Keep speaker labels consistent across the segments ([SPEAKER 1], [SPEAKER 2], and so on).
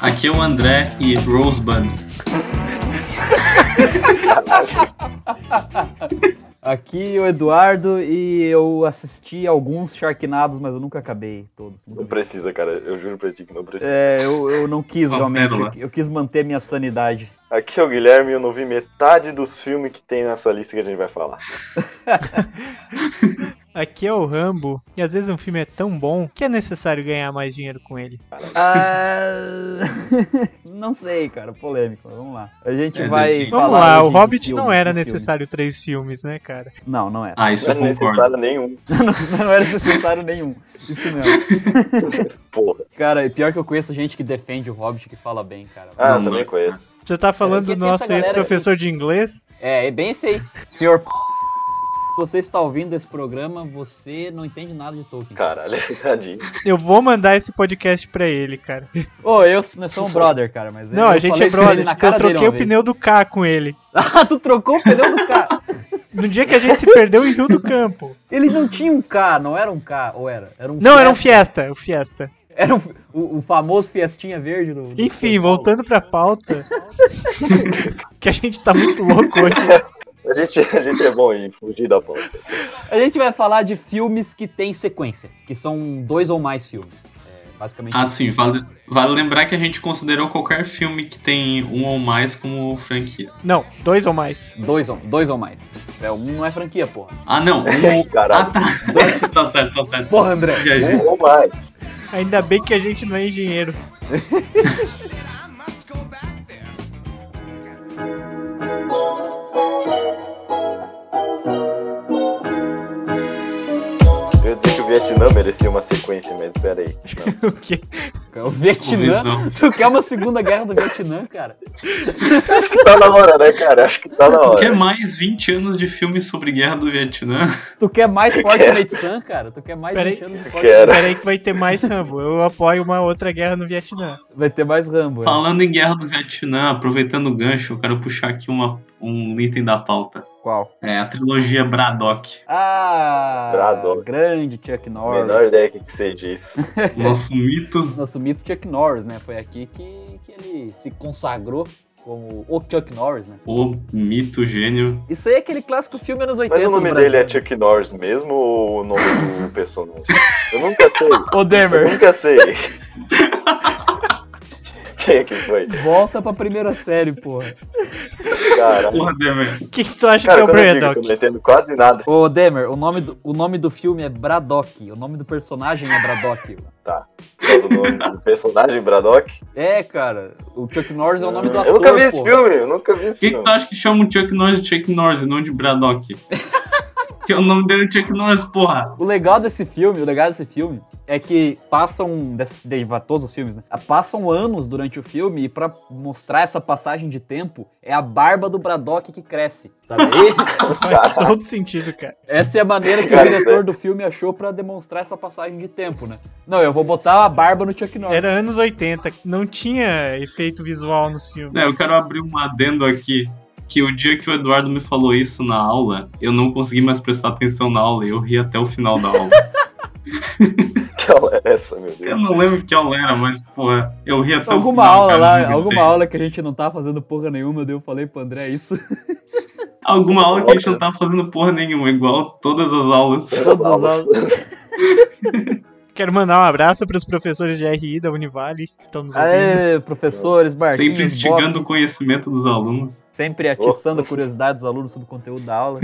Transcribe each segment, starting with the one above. [SPEAKER 1] Aqui é o André e Rosebud.
[SPEAKER 2] Aqui é o Eduardo e eu assisti alguns Sharknados, mas eu nunca acabei todos.
[SPEAKER 3] Não precisa, cara. Eu juro pra ti que não precisa.
[SPEAKER 2] É, eu, eu não quis
[SPEAKER 1] Uma
[SPEAKER 2] realmente,
[SPEAKER 1] pérola.
[SPEAKER 2] eu, eu quis manter minha sanidade.
[SPEAKER 3] Aqui é o Guilherme e eu não vi metade dos filmes que tem nessa lista que a gente vai falar.
[SPEAKER 4] Aqui é o Rambo, e às vezes um filme é tão bom que é necessário ganhar mais dinheiro com ele.
[SPEAKER 2] não sei, cara, polêmico, mas vamos lá. A gente
[SPEAKER 1] É,
[SPEAKER 2] vai
[SPEAKER 1] Dedinho.
[SPEAKER 4] Vamos
[SPEAKER 2] falar
[SPEAKER 4] lá,
[SPEAKER 2] hoje
[SPEAKER 4] o
[SPEAKER 2] de
[SPEAKER 4] Hobbit
[SPEAKER 2] filme,
[SPEAKER 4] não era
[SPEAKER 2] de filme.
[SPEAKER 4] necessário três filmes, né, cara?
[SPEAKER 2] Não, não era.
[SPEAKER 1] Ah, isso
[SPEAKER 3] Não é
[SPEAKER 1] eu concordo.
[SPEAKER 3] necessário nenhum,
[SPEAKER 1] Ah.
[SPEAKER 2] não, não era necessário nenhum. Isso mesmo.
[SPEAKER 3] porra.
[SPEAKER 2] Cara, e pior que eu conheço gente que defende o Hobbit que fala bem, cara.
[SPEAKER 3] Ah,
[SPEAKER 1] Não, é.
[SPEAKER 3] também
[SPEAKER 1] não.
[SPEAKER 3] conheço.
[SPEAKER 4] Você tá falando
[SPEAKER 2] É, tem
[SPEAKER 4] do
[SPEAKER 2] essa
[SPEAKER 4] nosso
[SPEAKER 2] galera
[SPEAKER 4] ex-professor de inglês?
[SPEAKER 2] É, é bem esse aí. Senhor p... você está ouvindo esse programa, você não entende nada de Tolkien.
[SPEAKER 3] Caralho, tadinho.
[SPEAKER 4] Eu vou mandar esse podcast pra ele, cara.
[SPEAKER 2] Ô, eu, eu sou um brother, cara, mas
[SPEAKER 4] Não,
[SPEAKER 2] Né, eu
[SPEAKER 4] a gente
[SPEAKER 2] falei
[SPEAKER 4] é
[SPEAKER 2] isso pra ele
[SPEAKER 4] brother.
[SPEAKER 2] na
[SPEAKER 4] Eu
[SPEAKER 2] cara dele uma
[SPEAKER 4] troquei o
[SPEAKER 2] vez.
[SPEAKER 4] pneu do K com ele.
[SPEAKER 2] Ah, tu trocou o pneu do K.
[SPEAKER 4] No dia que a gente se perdeu em Rio do Campo.
[SPEAKER 2] Ele não tinha um K, não era um K, ou era? Era um
[SPEAKER 4] Não, era um Fiesta, o Fiesta.
[SPEAKER 2] Era um- o, o famoso Fiestinha Verde do. do
[SPEAKER 4] Enfim,
[SPEAKER 2] São Paulo.
[SPEAKER 4] voltando pra pauta. que a gente tá muito louco hoje.
[SPEAKER 3] A gente, a gente é bom em fugir da pauta.
[SPEAKER 2] A gente vai falar de filmes que tem sequência, que são dois ou mais filmes. É, basicamente.
[SPEAKER 1] Ah, sim, vale, vale lembrar que a gente considerou qualquer filme que tem um ou mais como franquia.
[SPEAKER 4] Não, dois ou mais.
[SPEAKER 2] Dois ou, dois ou mais. Isso é, um não é franquia, porra.
[SPEAKER 1] Ah, não, um ou...
[SPEAKER 3] Caralho.
[SPEAKER 1] Ah, tá. tá certo, tá certo.
[SPEAKER 2] Porra, André. né?
[SPEAKER 1] Viajei.
[SPEAKER 3] Ou mais.
[SPEAKER 4] Ainda bem que a gente não é engenheiro.
[SPEAKER 3] Eu disse que o Vietnã merecia uma sequência, mas peraí. Não.
[SPEAKER 4] O quê?
[SPEAKER 2] É O Vietnã.
[SPEAKER 1] Não.
[SPEAKER 2] Tu quer uma segunda guerra do Vietnã, cara?
[SPEAKER 3] Acho que tá na hora, né, cara? Acho que tá na
[SPEAKER 1] Quer
[SPEAKER 3] hora.
[SPEAKER 1] é mais 20 anos de filme sobre guerra do Vietnã?
[SPEAKER 2] Tu quer mais Fortnite Sun, cara? Tu quer mais
[SPEAKER 4] Peraí.
[SPEAKER 2] 20 anos de Fortnite?
[SPEAKER 3] Quero.
[SPEAKER 4] Peraí que vai ter mais Rambo. Eu apoio uma outra guerra no Vietnã.
[SPEAKER 2] Vai ter mais Rambo. né?
[SPEAKER 1] Falando em guerra do Vietnã, aproveitando o gancho, eu quero puxar aqui uma, um item da pauta.
[SPEAKER 2] Qual?
[SPEAKER 1] É a trilogia Braddock.
[SPEAKER 2] Ah,
[SPEAKER 3] Brado.
[SPEAKER 2] grande Chuck Norris.
[SPEAKER 3] Menor ideia do que você disse.
[SPEAKER 1] Nosso mito.
[SPEAKER 2] Nosso mito Chuck Norris, né? Foi aqui que, que ele se consagrou como o Chuck Norris, né?
[SPEAKER 1] O mito gênio.
[SPEAKER 2] Isso aí é aquele clássico filme anos 80.
[SPEAKER 3] Mas o nome
[SPEAKER 2] do
[SPEAKER 3] dele é
[SPEAKER 2] Brasil.
[SPEAKER 3] Chuck Norris mesmo ou o nome do personagem? Eu nunca sei.
[SPEAKER 2] Ô,
[SPEAKER 3] Eu
[SPEAKER 2] Demer,
[SPEAKER 3] nunca sei. Quem é que foi?
[SPEAKER 2] né? volta pra primeira série, porra.
[SPEAKER 3] Cara,
[SPEAKER 1] Porra, Demer.
[SPEAKER 4] Quem tu acha
[SPEAKER 3] cara
[SPEAKER 4] que
[SPEAKER 3] quando
[SPEAKER 4] é
[SPEAKER 3] eu
[SPEAKER 4] o
[SPEAKER 3] digo que eu
[SPEAKER 4] Braddock?
[SPEAKER 3] não entendo quase nada.
[SPEAKER 2] Ô, Demer, o nome, do, o nome do filme é Braddock. O nome do personagem é Braddock.
[SPEAKER 3] Por causa do nome do personagem Braddock.
[SPEAKER 2] É, cara. O Chuck Norris é o nome do ator,
[SPEAKER 3] eu nunca vi esse
[SPEAKER 2] porra. tá-
[SPEAKER 3] filme, eu nunca
[SPEAKER 1] O
[SPEAKER 3] vi esse
[SPEAKER 1] que, que
[SPEAKER 3] filme.
[SPEAKER 1] tu acha que chama o Chuck Norris de Chuck Norris e não de Braddock? que o nome dele é Chuck Norris, porra.
[SPEAKER 2] O legal desse filme, o legal desse filme é que passam desses de todos os filmes, né? Passam anos durante o filme e pra mostrar essa passagem de tempo é a barba do Braddock que cresce, sabe? E
[SPEAKER 4] Faz todo sentido, cara.
[SPEAKER 2] essa é a maneira que o
[SPEAKER 3] Cara,
[SPEAKER 2] diretor
[SPEAKER 3] sério.
[SPEAKER 2] do filme achou pra demonstrar essa passagem de tempo, né? Não, eu vou botar a barba no Chuck Norris.
[SPEAKER 4] Era anos 80, não tinha efeito visual nos filmes.
[SPEAKER 1] É, eu quero abrir um adendo aqui. Que o dia que o Eduardo me falou isso na aula, eu não consegui mais prestar atenção na aula e eu ri até o final da aula.
[SPEAKER 3] Que aula é essa, meu
[SPEAKER 1] eu
[SPEAKER 3] Deus?
[SPEAKER 1] não lembro que aula era, mas, porra, eu ri até
[SPEAKER 2] Alguma
[SPEAKER 1] o final.
[SPEAKER 2] aula
[SPEAKER 1] cara, eu
[SPEAKER 2] lá,
[SPEAKER 1] gritei.
[SPEAKER 2] alguma aula que a gente não tá fazendo porra nenhuma, daí eu falei pro André isso.
[SPEAKER 1] Alguma aula que a gente não tava fazendo porra nenhuma, igual todas as aulas.
[SPEAKER 2] Todas as aulas.
[SPEAKER 4] Quero mandar um abraço para os professores de RI da Univale que estão nos ouvindo.
[SPEAKER 2] Aê, professores, Barquinhos,
[SPEAKER 1] Sempre instigando o
[SPEAKER 2] Boff,
[SPEAKER 1] conhecimento dos alunos.
[SPEAKER 2] sempre atiçando a curiosidade dos alunos sobre o conteúdo da aula.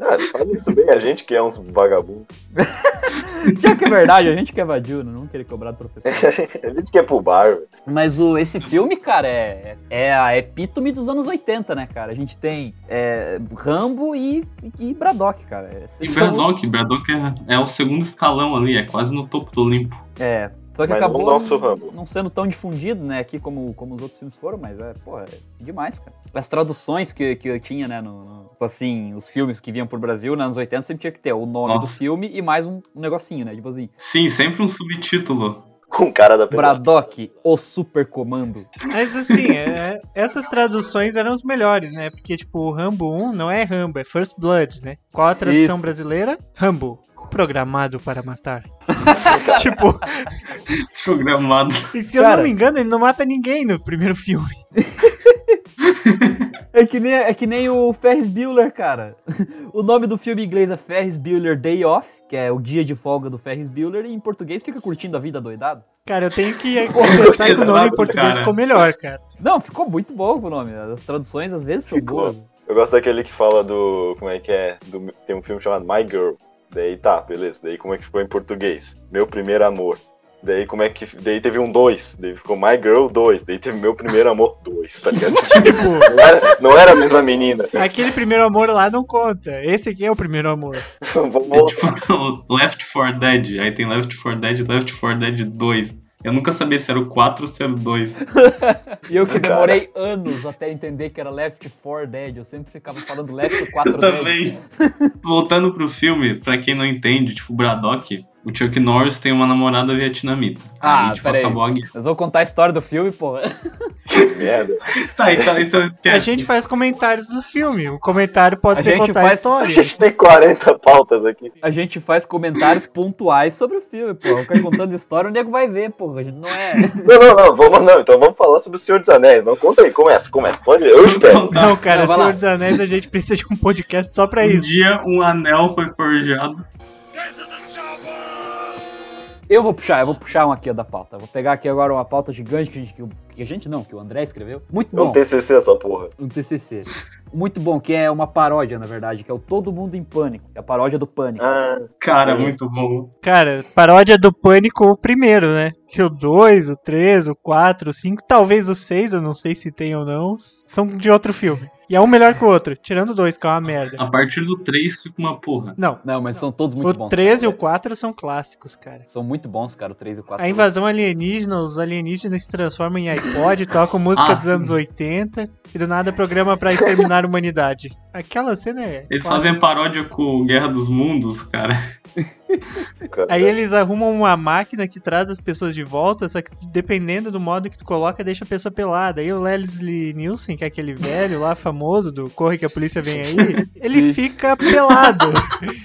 [SPEAKER 3] Ah, faz isso bem, a gente que é uns vagabundos.
[SPEAKER 2] Pior que é verdade, a gente que é vadio, né? não querer cobrar do professor.
[SPEAKER 3] A gente que é pro bar, velho.
[SPEAKER 2] Mas o, esse filme, cara, é, é a epítome dos anos 80, né, cara? A gente tem é, Rambo e, e Braddock, cara.
[SPEAKER 1] E
[SPEAKER 2] Esses são os-
[SPEAKER 1] Braddock, Braddock é, é o segundo escalão ali, é quase no topo do Olimpo.
[SPEAKER 2] É, só que
[SPEAKER 3] Mas não
[SPEAKER 2] acabou
[SPEAKER 3] o nosso Rambo.
[SPEAKER 2] não sendo tão difundido, né, aqui como, como os outros filmes foram, mas é, pô, é demais, cara. As traduções que, que eu tinha, né, no, no- tipo assim, os filmes que vinham pro Brasil nos anos 80 sempre tinha que ter o nome do
[SPEAKER 1] Nossa.
[SPEAKER 2] filme e mais um, um negocinho, né, tipo assim,
[SPEAKER 1] Sim, sempre um subtítulo.
[SPEAKER 3] Um cara da pesada.
[SPEAKER 2] Braddock, o super comando.
[SPEAKER 4] Mas assim, é- essas traduções eram as melhores, né? Porque, tipo, o Rambo 1 não é Rambo, é First Blood, né? Qual a tradução
[SPEAKER 2] Isso.
[SPEAKER 4] brasileira? Rambo, programado para matar. tipo,
[SPEAKER 1] Programado.
[SPEAKER 4] e se eu
[SPEAKER 2] Cara.
[SPEAKER 4] não me engano, ele não mata ninguém no primeiro filme.
[SPEAKER 2] É que, nem, é que nem o Ferris Bueller, cara. O nome do filme em inglês é Ferris Bueller Day Off, que é o dia de folga do Ferris Bueller, e em português fica curtindo a vida doidado.
[SPEAKER 4] Cara, eu tenho que confessar que o nome em
[SPEAKER 1] Exato,
[SPEAKER 4] português
[SPEAKER 1] cara.
[SPEAKER 4] ficou melhor, cara.
[SPEAKER 2] Não, ficou muito bom o nome. As traduções às vezes são
[SPEAKER 3] Ficou.
[SPEAKER 2] boas.
[SPEAKER 3] Eu gosto daquele que fala do. Como é que é? Do- tem um filme chamado My Girl. Daí tá, beleza. Daí como é que ficou em português? Meu primeiro amor. Daí como é que. Daí teve um 2. Daí ficou My Girl 2. Daí teve Meu Primeiro Amor 2, tá ligado?
[SPEAKER 4] Tipo,
[SPEAKER 3] Não era, não era a mesma menina.
[SPEAKER 4] aquele primeiro amor lá não conta. Esse aqui é o primeiro amor.
[SPEAKER 3] Vamos
[SPEAKER 1] É
[SPEAKER 3] voltar.
[SPEAKER 1] tipo Left 4 Dead. Aí tem Left 4 Dead e Left 4 Dead 2. Eu nunca sabia se era o 4 ou se era o 2.
[SPEAKER 2] E eu que
[SPEAKER 3] Cara.
[SPEAKER 2] demorei anos até entender que era Left 4 Dead. Eu sempre ficava falando Left 4 Dead.
[SPEAKER 1] Também. Voltando pro filme, pra quem não entende, tipo, Braddock, o Chuck Norris tem uma namorada vietnamita.
[SPEAKER 2] Ah,
[SPEAKER 1] Aí, tipo,
[SPEAKER 2] peraí.
[SPEAKER 1] acabou a guerra.
[SPEAKER 2] Mas vou contar a história do filme, pô.
[SPEAKER 3] Que merda.
[SPEAKER 1] Tá, então, então
[SPEAKER 4] A
[SPEAKER 1] esquece.
[SPEAKER 4] gente faz comentários do filme. O comentário pode
[SPEAKER 2] A
[SPEAKER 4] ser
[SPEAKER 2] gente
[SPEAKER 4] contar a
[SPEAKER 2] faz-
[SPEAKER 3] A
[SPEAKER 4] história.
[SPEAKER 3] gente tem 40 pautas aqui.
[SPEAKER 2] A gente faz comentários pontuais sobre o filme, pô. Eu quero contando história, o nego vai ver, pô. A gente não é.
[SPEAKER 3] Não, não, não. Vamos não. Então vamos falar sobre o Senhor dos Anéis. Não conta aí. Começa, começa. Pode ler. Eu espero.
[SPEAKER 1] Então tá.
[SPEAKER 4] Não, cara,
[SPEAKER 2] Não, vai
[SPEAKER 4] Senhor
[SPEAKER 2] lá.
[SPEAKER 4] dos Anéis, a gente precisa de um podcast só pra
[SPEAKER 1] Um
[SPEAKER 4] isso.
[SPEAKER 1] dia um anel foi forjado.
[SPEAKER 2] Eu vou puxar, eu vou puxar um aqui da pauta. Eu Vou pegar aqui agora uma pauta gigante que a gente, que o- que a gente não, que o André escreveu. Muito
[SPEAKER 3] É um
[SPEAKER 2] bom.
[SPEAKER 3] TCC essa porra.
[SPEAKER 2] Um TCC. Muito bom, que é uma paródia, na verdade, que é o Todo Mundo em Pânico. É a paródia do Pânico.
[SPEAKER 3] Ah,
[SPEAKER 1] Cara,
[SPEAKER 3] É.
[SPEAKER 1] muito bom.
[SPEAKER 4] Cara, paródia do Pânico o primeiro, né? Que o 2, o 3, o 4, o 5, talvez o 6, eu não sei se tem ou não, são de outro filme. E é um melhor que o outro, tirando o 2, que é uma merda.
[SPEAKER 1] A partir do 3 fica uma porra.
[SPEAKER 4] Não,
[SPEAKER 2] Não, mas são todos muito
[SPEAKER 4] o
[SPEAKER 2] bons.
[SPEAKER 4] 3 e o
[SPEAKER 2] cara.
[SPEAKER 4] 4 são clássicos, cara.
[SPEAKER 2] São muito bons, cara, o 3 e o 4.
[SPEAKER 4] A invasão alienígena, os alienígenas se transformam em iPod, tocam música
[SPEAKER 1] Ah,
[SPEAKER 4] dos anos 80 e do nada programa pra exterminar a humanidade. Aquela cena é.
[SPEAKER 1] Eles
[SPEAKER 4] clássica.
[SPEAKER 1] fazem paródia com Guerra dos Mundos, cara.
[SPEAKER 3] cara.
[SPEAKER 4] Aí eles arrumam uma máquina que traz as pessoas de volta, só que dependendo do modo que tu coloca, deixa a pessoa pelada. Aí o Leslie Nielsen, que é aquele velho lá famoso do Corre que a polícia vem aí, ele
[SPEAKER 2] Sim.
[SPEAKER 4] fica pelado.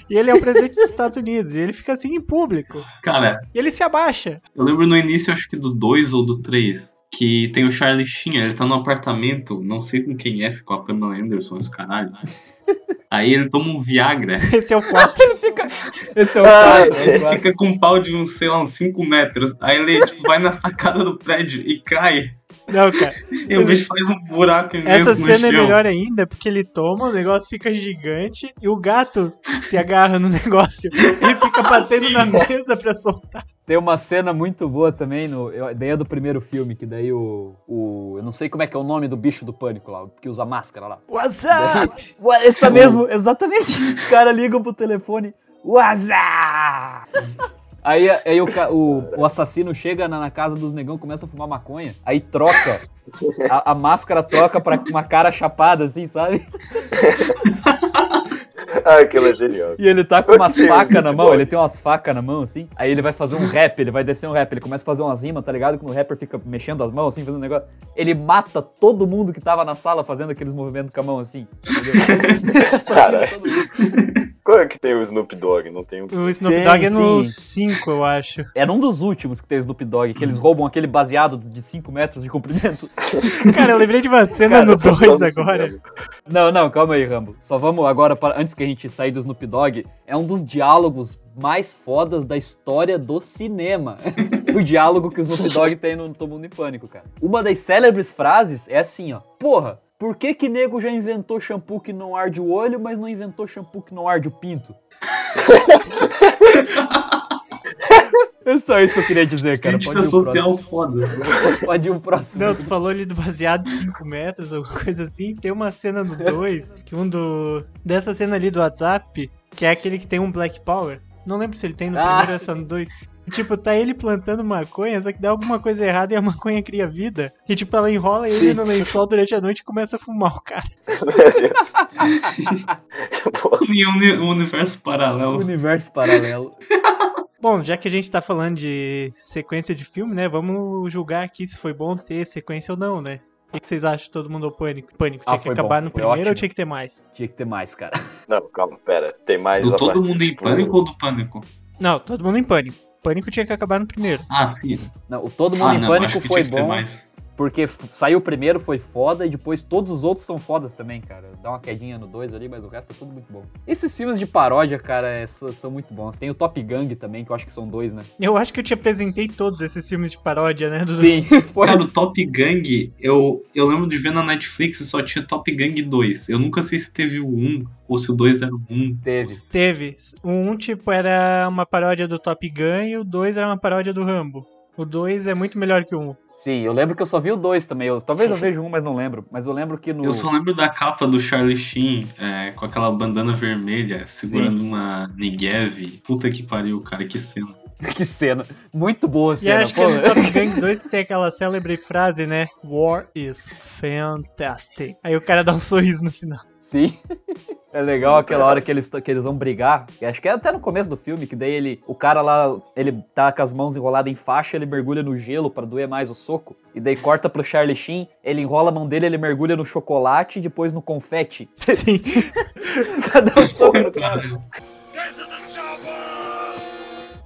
[SPEAKER 4] e ele é o presidente dos Estados Unidos. E ele fica assim em público.
[SPEAKER 1] Cara,
[SPEAKER 4] E ele se abaixa.
[SPEAKER 1] eu lembro no início, acho que do 2 ou do 3, que tem o Charlie Sheen, ele tá no apartamento, não sei com quem é, se com a Pamela Anderson, esse caralho. Aí ele toma um Viagra,
[SPEAKER 4] Esse é o quarto.
[SPEAKER 2] Esse é o
[SPEAKER 3] Ah,
[SPEAKER 2] 4. é o
[SPEAKER 1] ele
[SPEAKER 2] 4.
[SPEAKER 1] fica com um pau de uns, sei lá, uns 5 metros. Aí ele tipo, vai na sacada do prédio e cai.
[SPEAKER 4] Não, cara.
[SPEAKER 1] E o bicho faz um buraco imenso
[SPEAKER 4] Essa
[SPEAKER 1] no
[SPEAKER 4] cena é
[SPEAKER 1] chão.
[SPEAKER 4] melhor ainda, porque ele toma, o negócio fica gigante e o gato se agarra no negócio. Ele fica batendo na mesa pra soltar.
[SPEAKER 2] Tem uma cena muito boa também, no, eu- daí é do primeiro filme, que daí o, o. Eu não sei como é que é o nome do bicho do pânico lá, o que usa máscara lá.
[SPEAKER 4] What's up?
[SPEAKER 2] Ué, Essa mesmo, exatamente. Os caras ligam pro telefone. Uaza! Aí, aí o, ca- o, o assassino chega na, na casa dos negão, começa a fumar maconha, aí troca. A, a máscara troca pra uma cara chapada, assim, sabe?
[SPEAKER 3] Ah, aquilo é genial.
[SPEAKER 2] E ele tá com umas
[SPEAKER 3] Meu Deus,
[SPEAKER 2] facas na
[SPEAKER 3] muito
[SPEAKER 2] mão,
[SPEAKER 3] bom.
[SPEAKER 2] ele tem umas facas na mão, assim. Aí ele vai fazer um rap, ele vai descer um rap, ele começa a fazer umas rimas, tá ligado? Quando o rapper fica mexendo as mãos, assim, fazendo um negócio. Ele mata todo mundo que tava na sala fazendo aqueles movimentos com a mão, assim. Entendeu? Assassina todo mundo.
[SPEAKER 3] Qual é que tem o Snoop Dogg? Não tem um.
[SPEAKER 4] O Snoop
[SPEAKER 2] Tem,
[SPEAKER 4] Dogg é no
[SPEAKER 2] sim.
[SPEAKER 4] 5, eu acho.
[SPEAKER 2] Era um dos últimos que tem Snoop Dogg, que eles roubam aquele baseado de 5 metros de comprimento.
[SPEAKER 4] Cara, eu lembrei de uma cena
[SPEAKER 2] Cara,
[SPEAKER 4] no
[SPEAKER 2] eu
[SPEAKER 3] Snoop
[SPEAKER 4] 2
[SPEAKER 3] Dogg
[SPEAKER 4] agora.
[SPEAKER 3] cinema.
[SPEAKER 2] Não, não, calma aí, Rambo. Só vamos agora, para, antes que a gente sair do Snoop Dogg, é um dos diálogos mais fodas da história do cinema. o diálogo que o Snoop Dogg tem no Todo Mundo em Pânico, cara. Uma das célebres frases é assim, ó. Porra, por que que nego já inventou shampoo que não arde o olho, mas não inventou shampoo que não arde o pinto? é só isso que eu queria dizer, cara. Pode
[SPEAKER 1] Crítica
[SPEAKER 2] ir o próximo.
[SPEAKER 1] social foda.
[SPEAKER 2] Pode ir o próximo.
[SPEAKER 4] Não, tu falou ali do baseado de 5 metros, alguma coisa assim. Tem uma cena no 2, que um do. Dessa cena ali do WhatsApp, que é aquele que tem um Black Power. Não lembro se ele tem no
[SPEAKER 2] Ah.
[SPEAKER 4] primeiro ou só no 2. Tipo, tá ele plantando maconha, só que dá alguma coisa errada e a maconha cria vida. E tipo, ela enrola ele
[SPEAKER 2] Sim.
[SPEAKER 4] no lençol durante a noite e começa a fumar o cara.
[SPEAKER 3] Pô,
[SPEAKER 1] Nenhum uni- um, universo paralelo.
[SPEAKER 2] Universo paralelo.
[SPEAKER 4] Bom, já que a gente tá falando de sequência de filme, né? Vamos julgar aqui se foi bom ter sequência ou não, né? O que vocês acham? Todo mundo ao pânico? Pânico
[SPEAKER 2] Ah,
[SPEAKER 4] tinha que
[SPEAKER 2] foi
[SPEAKER 4] acabar
[SPEAKER 2] bom,
[SPEAKER 4] no
[SPEAKER 2] foi
[SPEAKER 4] primeiro ou
[SPEAKER 2] ótimo.
[SPEAKER 4] tinha que ter mais?
[SPEAKER 2] Tinha que ter mais, cara.
[SPEAKER 3] Não, calma, pera. Tem mais.
[SPEAKER 1] Do
[SPEAKER 3] a
[SPEAKER 1] Todo
[SPEAKER 3] parte,
[SPEAKER 1] Mundo em
[SPEAKER 3] tipo,
[SPEAKER 1] Pânico ou do Pânico?
[SPEAKER 4] Não, todo mundo em pânico. Pânico tinha que acabar no primeiro.
[SPEAKER 1] Ah, sim.
[SPEAKER 2] Não, o Todo Mundo
[SPEAKER 1] Ah,
[SPEAKER 2] em
[SPEAKER 1] não,
[SPEAKER 2] Pânico
[SPEAKER 1] acho que
[SPEAKER 2] foi
[SPEAKER 1] tinha que ter
[SPEAKER 2] bom,
[SPEAKER 1] mais.
[SPEAKER 2] porque f- saiu o primeiro, foi foda, e depois todos os outros são fodas também, cara. Dá uma quedinha no 2 ali, mas o resto é tudo muito bom. Esses filmes de paródia, cara, é- são são muito bons. Tem o Top Gang também, que eu acho que são dois, né?
[SPEAKER 4] Eu acho que eu te apresentei todos esses filmes de paródia, né? Dos-
[SPEAKER 2] Sim, foi.
[SPEAKER 1] Cara, o Top Gang, eu, eu lembro de ver na Netflix e só tinha Top Gang 2. Eu nunca sei se teve o 1 ou se o 2 era o 1.
[SPEAKER 2] Teve.
[SPEAKER 4] Teve. Um, tipo, era uma paródia do Top Gun e o dois era uma paródia do Rambo. O dois é muito melhor que o um.
[SPEAKER 2] Sim, eu lembro que eu só vi o dois também. Eu- talvez eu veja um, mas não lembro. Mas eu lembro que no.
[SPEAKER 1] Eu só lembro da capa do Charlie Sheen é, com aquela bandana vermelha segurando uma Nigev. Puta que pariu, cara, que cena.
[SPEAKER 2] que cena. Muito boa a
[SPEAKER 4] E
[SPEAKER 2] cena,
[SPEAKER 4] acho que
[SPEAKER 2] pô.
[SPEAKER 4] é no Top Gun 2 que tem aquela célebre frase, né? War is fantastic. Aí o cara dá um sorriso no final.
[SPEAKER 2] Sim. É legal aquela hora que eles, t- que eles vão brigar. E Acho que é até no começo do filme, que daí ele. O cara lá, ele tá com as mãos enroladas em faixa, ele mergulha no gelo pra doer mais o soco. E daí corta pro Charlie Sheen, ele enrola a mão dele, ele mergulha no chocolate e depois no confete.
[SPEAKER 4] Sim.
[SPEAKER 2] Cadê o
[SPEAKER 3] um
[SPEAKER 2] soco no cara?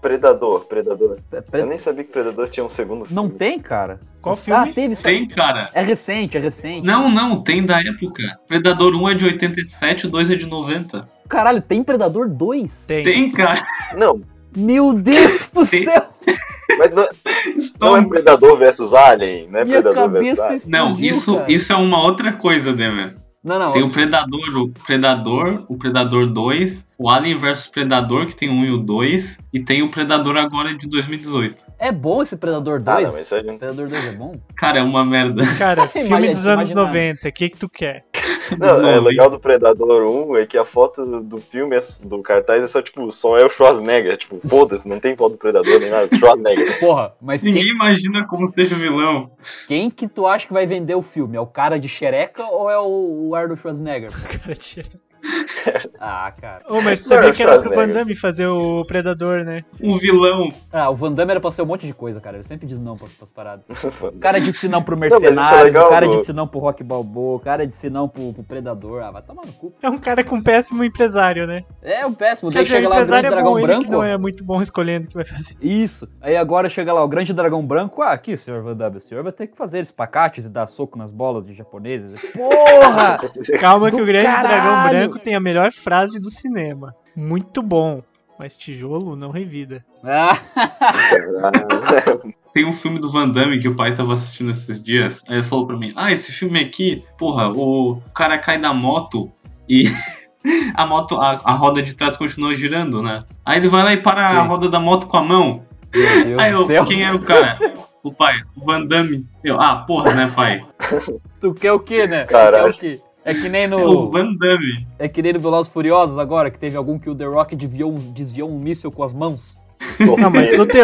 [SPEAKER 3] Predador, Predador.
[SPEAKER 2] É
[SPEAKER 3] Eu
[SPEAKER 2] pre-
[SPEAKER 3] tá nem sabia que Predador tinha um segundo
[SPEAKER 2] Não
[SPEAKER 3] filme.
[SPEAKER 2] tem, cara.
[SPEAKER 4] Qual filme?
[SPEAKER 2] Ah, teve sim.
[SPEAKER 1] Tem, cara.
[SPEAKER 2] É recente, é recente.
[SPEAKER 1] Não, não, tem da época. Predador 1 é de 87, o 2 é de 90.
[SPEAKER 2] Caralho, tem Predador 2?
[SPEAKER 4] Tem.
[SPEAKER 1] Tem, cara.
[SPEAKER 3] Não,
[SPEAKER 2] Meu Deus do
[SPEAKER 1] Tem.
[SPEAKER 2] céu!
[SPEAKER 3] mas não, não é
[SPEAKER 1] Stonks.
[SPEAKER 3] Predador versus Alien, né?
[SPEAKER 2] Minha
[SPEAKER 3] Predador versus
[SPEAKER 2] cabeça
[SPEAKER 3] Alien.
[SPEAKER 2] explodiu,
[SPEAKER 1] Não, isso,
[SPEAKER 2] cara.
[SPEAKER 1] isso é uma outra coisa, Demer.
[SPEAKER 2] Não, não.
[SPEAKER 1] Tem um- o Predador, o Predador, o Predador 2, o Alien vs Predador, que tem o 1 e o 2, e tem o Predador agora de 2018.
[SPEAKER 2] É bom esse Predador 2?
[SPEAKER 3] Ah, não, isso aí não-
[SPEAKER 2] Predador 2 é bom?
[SPEAKER 1] Cara, é uma merda.
[SPEAKER 4] Cara, filme
[SPEAKER 2] Imagina-
[SPEAKER 4] dos anos
[SPEAKER 2] imaginar.
[SPEAKER 4] 90, o que que tu quer?
[SPEAKER 3] Não, é
[SPEAKER 1] Não,
[SPEAKER 3] legal do Predador 1 é que a foto do filme, é- do cartaz, é só, tipo, só é o Schwarzenegger. Tipo, foda-se, não tem foto do Predador nem nada, Schwarzenegger.
[SPEAKER 2] Porra, mas
[SPEAKER 1] Ninguém
[SPEAKER 2] quem,
[SPEAKER 1] imagina como seja o vilão.
[SPEAKER 2] quem que tu acha que vai vender o filme? É o cara de xereca ou é o, o Arnold Schwarzenegger? pô?
[SPEAKER 4] Cara, tira.
[SPEAKER 2] Ah, cara.
[SPEAKER 4] Ô, mas tu
[SPEAKER 3] Não,
[SPEAKER 4] sabia que era pro
[SPEAKER 3] Schwarzenegger.
[SPEAKER 4] Van Damme fazer o Predador, né?
[SPEAKER 1] Um vilão.
[SPEAKER 2] Ah, o Van Damme era pra ser um monte de coisa, cara. Ele sempre diz não pras, pras paradas. O cara disse não pro
[SPEAKER 3] Não, mas
[SPEAKER 2] Mercenários,
[SPEAKER 3] isso é legal,
[SPEAKER 2] o cara
[SPEAKER 3] pô.
[SPEAKER 2] disse não pro Rock Balboa, o cara disse não pro, pro Predador. Ah, vai tomar no cu.
[SPEAKER 4] É um cara com péssimo empresário, né?
[SPEAKER 2] É o péssimo.
[SPEAKER 4] Quer
[SPEAKER 2] Daí
[SPEAKER 4] dizer,
[SPEAKER 2] chega
[SPEAKER 4] o
[SPEAKER 2] lá o grande
[SPEAKER 4] empresário é
[SPEAKER 2] dragão
[SPEAKER 4] bom, ele que
[SPEAKER 2] branco.
[SPEAKER 4] não é muito bom escolhendo o que vai fazer.
[SPEAKER 2] Isso. Aí agora chega lá o grande dragão branco. Ah, aqui, senhor Van Damme, o senhor vai ter que fazer espacates e dar soco nas bolas de japoneses. Porra!
[SPEAKER 4] Calma
[SPEAKER 2] Do
[SPEAKER 4] que o grande dragão
[SPEAKER 2] caralho!
[SPEAKER 4] branco tem a melhor frase do cinema. Muito bom, mas tijolo não revida.
[SPEAKER 2] ah.
[SPEAKER 3] Caralho.
[SPEAKER 1] Tem um filme do Van Damme que o pai tava assistindo esses dias. Aí ele falou pra mim: Ah, esse filme aqui, porra, o cara cai da moto e. A moto, a, a roda de trás continua girando, né? Aí ele vai lá e para a
[SPEAKER 2] Sim.
[SPEAKER 1] roda da moto com a mão.
[SPEAKER 2] Meu Deus
[SPEAKER 1] Aí
[SPEAKER 2] do
[SPEAKER 1] eu,
[SPEAKER 2] céu.
[SPEAKER 1] quem era o cara? O pai, o Van Damme. Eu, ah, porra, né, pai?
[SPEAKER 2] Tu quer o quê, né?
[SPEAKER 3] Caralho.
[SPEAKER 2] Tu quer o quê? É que nem
[SPEAKER 1] É o
[SPEAKER 2] no.
[SPEAKER 1] Van Damme.
[SPEAKER 2] É que nem no Velozes Furiosos agora, que teve algum que o The Rock desviou um, desviou um míssil com as mãos.
[SPEAKER 4] Não, mas o The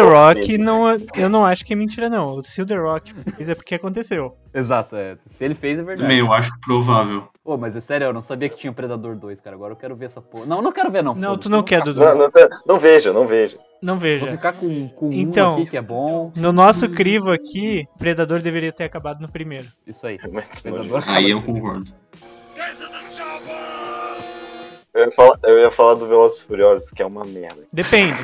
[SPEAKER 4] Rock, não, é- eu não acho que é mentira, não. Se o The Rock fez é porque aconteceu.
[SPEAKER 2] Exato, é. Se ele fez, é
[SPEAKER 1] Também
[SPEAKER 2] verdade.
[SPEAKER 1] eu acho provável.
[SPEAKER 2] Pô, mas é sério, eu não sabia que tinha Predador 2, cara. Agora eu quero ver essa porra. Não, não quero ver, não.
[SPEAKER 4] Não,
[SPEAKER 2] foda-se.
[SPEAKER 4] tu não é
[SPEAKER 2] Eu vou
[SPEAKER 4] quer,
[SPEAKER 2] ficar-
[SPEAKER 4] Dudu.
[SPEAKER 3] Não, não, não veja, não veja.
[SPEAKER 4] Não
[SPEAKER 2] Vou
[SPEAKER 4] veja.
[SPEAKER 2] ficar com, com
[SPEAKER 4] Então.
[SPEAKER 2] um aqui que é bom.
[SPEAKER 4] No nosso crivo aqui, Predador deveria ter acabado no primeiro.
[SPEAKER 2] Isso aí.
[SPEAKER 3] Mas não-
[SPEAKER 2] Predador acaba-
[SPEAKER 1] Aí eu concordo.
[SPEAKER 3] Eu ia, falar, eu ia falar do Velozes e Furiosos, que é uma merda.
[SPEAKER 4] Depende.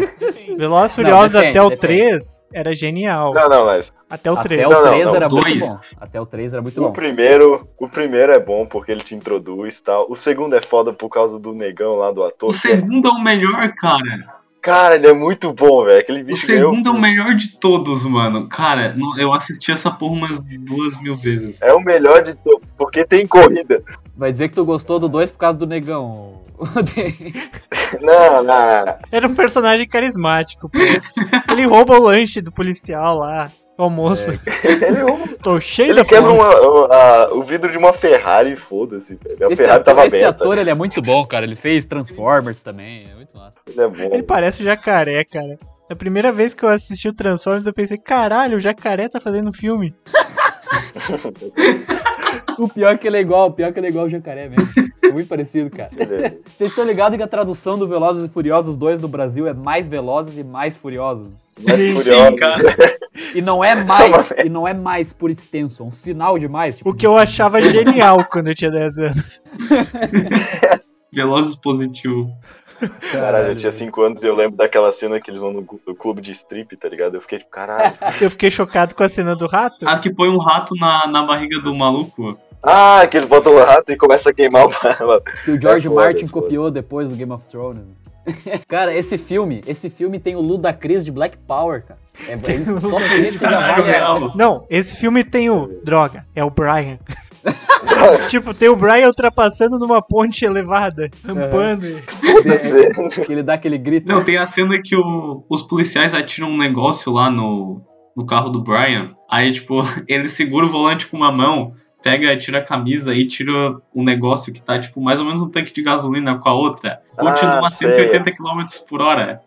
[SPEAKER 4] Velozes e Furiosos
[SPEAKER 2] depende,
[SPEAKER 4] até o
[SPEAKER 2] depende.
[SPEAKER 4] 3 era genial.
[SPEAKER 3] Não, não, mas
[SPEAKER 4] Até o 3.
[SPEAKER 2] Até
[SPEAKER 3] Não,
[SPEAKER 2] o
[SPEAKER 3] não,
[SPEAKER 2] 3
[SPEAKER 3] não, é
[SPEAKER 2] era muito
[SPEAKER 1] dois.
[SPEAKER 2] bom. Até o 3 era muito
[SPEAKER 3] o
[SPEAKER 2] bom.
[SPEAKER 3] primeiro, o primeiro é bom porque ele te introduz e tal. O segundo é foda por causa do negão lá do ator.
[SPEAKER 1] O
[SPEAKER 3] que é-
[SPEAKER 1] segundo é o melhor, cara.
[SPEAKER 3] Cara, ele é muito bom, velho. Aquele
[SPEAKER 1] O
[SPEAKER 3] bicho
[SPEAKER 1] segundo é o
[SPEAKER 3] meu,
[SPEAKER 1] melhor de todos, mano. Cara, não- eu assisti essa porra umas duas mil vezes.
[SPEAKER 3] é o melhor de todos, porque tem corrida.
[SPEAKER 2] Vai dizer que tu gostou do 2 por causa do negão.
[SPEAKER 3] Não, não.
[SPEAKER 4] Era um personagem carismático. pô. Ele rouba o lanche do policial lá. O almoço.
[SPEAKER 3] Ele, é um-
[SPEAKER 4] Tô cheio
[SPEAKER 3] ele
[SPEAKER 4] da fome.
[SPEAKER 3] quebra uma- uma- a- o vidro de uma Ferrari, foda-se, velho. A
[SPEAKER 2] Esse,
[SPEAKER 3] Ferrari
[SPEAKER 2] ator,
[SPEAKER 3] tava né?
[SPEAKER 2] esse
[SPEAKER 3] aberta.
[SPEAKER 2] ator, ele é muito bom, cara. Ele fez Transformers também. É muito massa.
[SPEAKER 3] Ele é bom.
[SPEAKER 4] Ele parece o jacaré, cara. A primeira vez que eu assisti o Transformers, eu pensei, caralho, o jacaré tá fazendo um filme.
[SPEAKER 2] é O pior que ele é igual, o pior que ele é igual o jacaré mesmo. muito parecido, cara.
[SPEAKER 3] Beleza.
[SPEAKER 2] Vocês estão ligados que a tradução do Velozes e Furiosos 2 do Brasil é mais Velozes e mais Furiosos?
[SPEAKER 3] Mas
[SPEAKER 4] Sim,
[SPEAKER 3] curioso,
[SPEAKER 1] sim, cara.
[SPEAKER 2] E não é mais, e não é mais por extenso, é um sinal de mais. tipo,
[SPEAKER 4] O que eu achava genial quando eu tinha 10 anos.
[SPEAKER 1] Velozes positivo.
[SPEAKER 3] Caralho, eu tinha 5 anos e eu lembro daquela cena que eles vão no, gu- no clube de strip, tá ligado? Eu fiquei tipo, caralho.
[SPEAKER 4] Eu fiquei chocado com a cena do rato.
[SPEAKER 1] Ah, que põe um rato na, na barriga do maluco.
[SPEAKER 3] ah, que eles botam o rato e começa a queimar o bala.
[SPEAKER 2] que o George
[SPEAKER 3] É foda,
[SPEAKER 2] Martin
[SPEAKER 3] é foda.
[SPEAKER 2] copiou depois do Game of Thrones. né? cara, esse filme, esse filme tem o Ludacris de Black Power, cara. É, eles, só por isso já
[SPEAKER 1] Caralho,
[SPEAKER 2] vale a-
[SPEAKER 1] real.
[SPEAKER 4] Não, esse filme tem o. Droga, é o Brian. tipo, tem o Brian ultrapassando numa ponte elevada, rampando. e-
[SPEAKER 2] que ele dá aquele grito. né?
[SPEAKER 1] Não, tem a cena que o- os policiais atiram um negócio lá no, no carro do Brian. Aí, tipo, ele segura o volante com uma mão, pega, tira a camisa e tira um negócio que tá, tipo, mais ou menos um tanque de gasolina com a outra. Continua
[SPEAKER 3] Ah,
[SPEAKER 1] a 180 km por hora.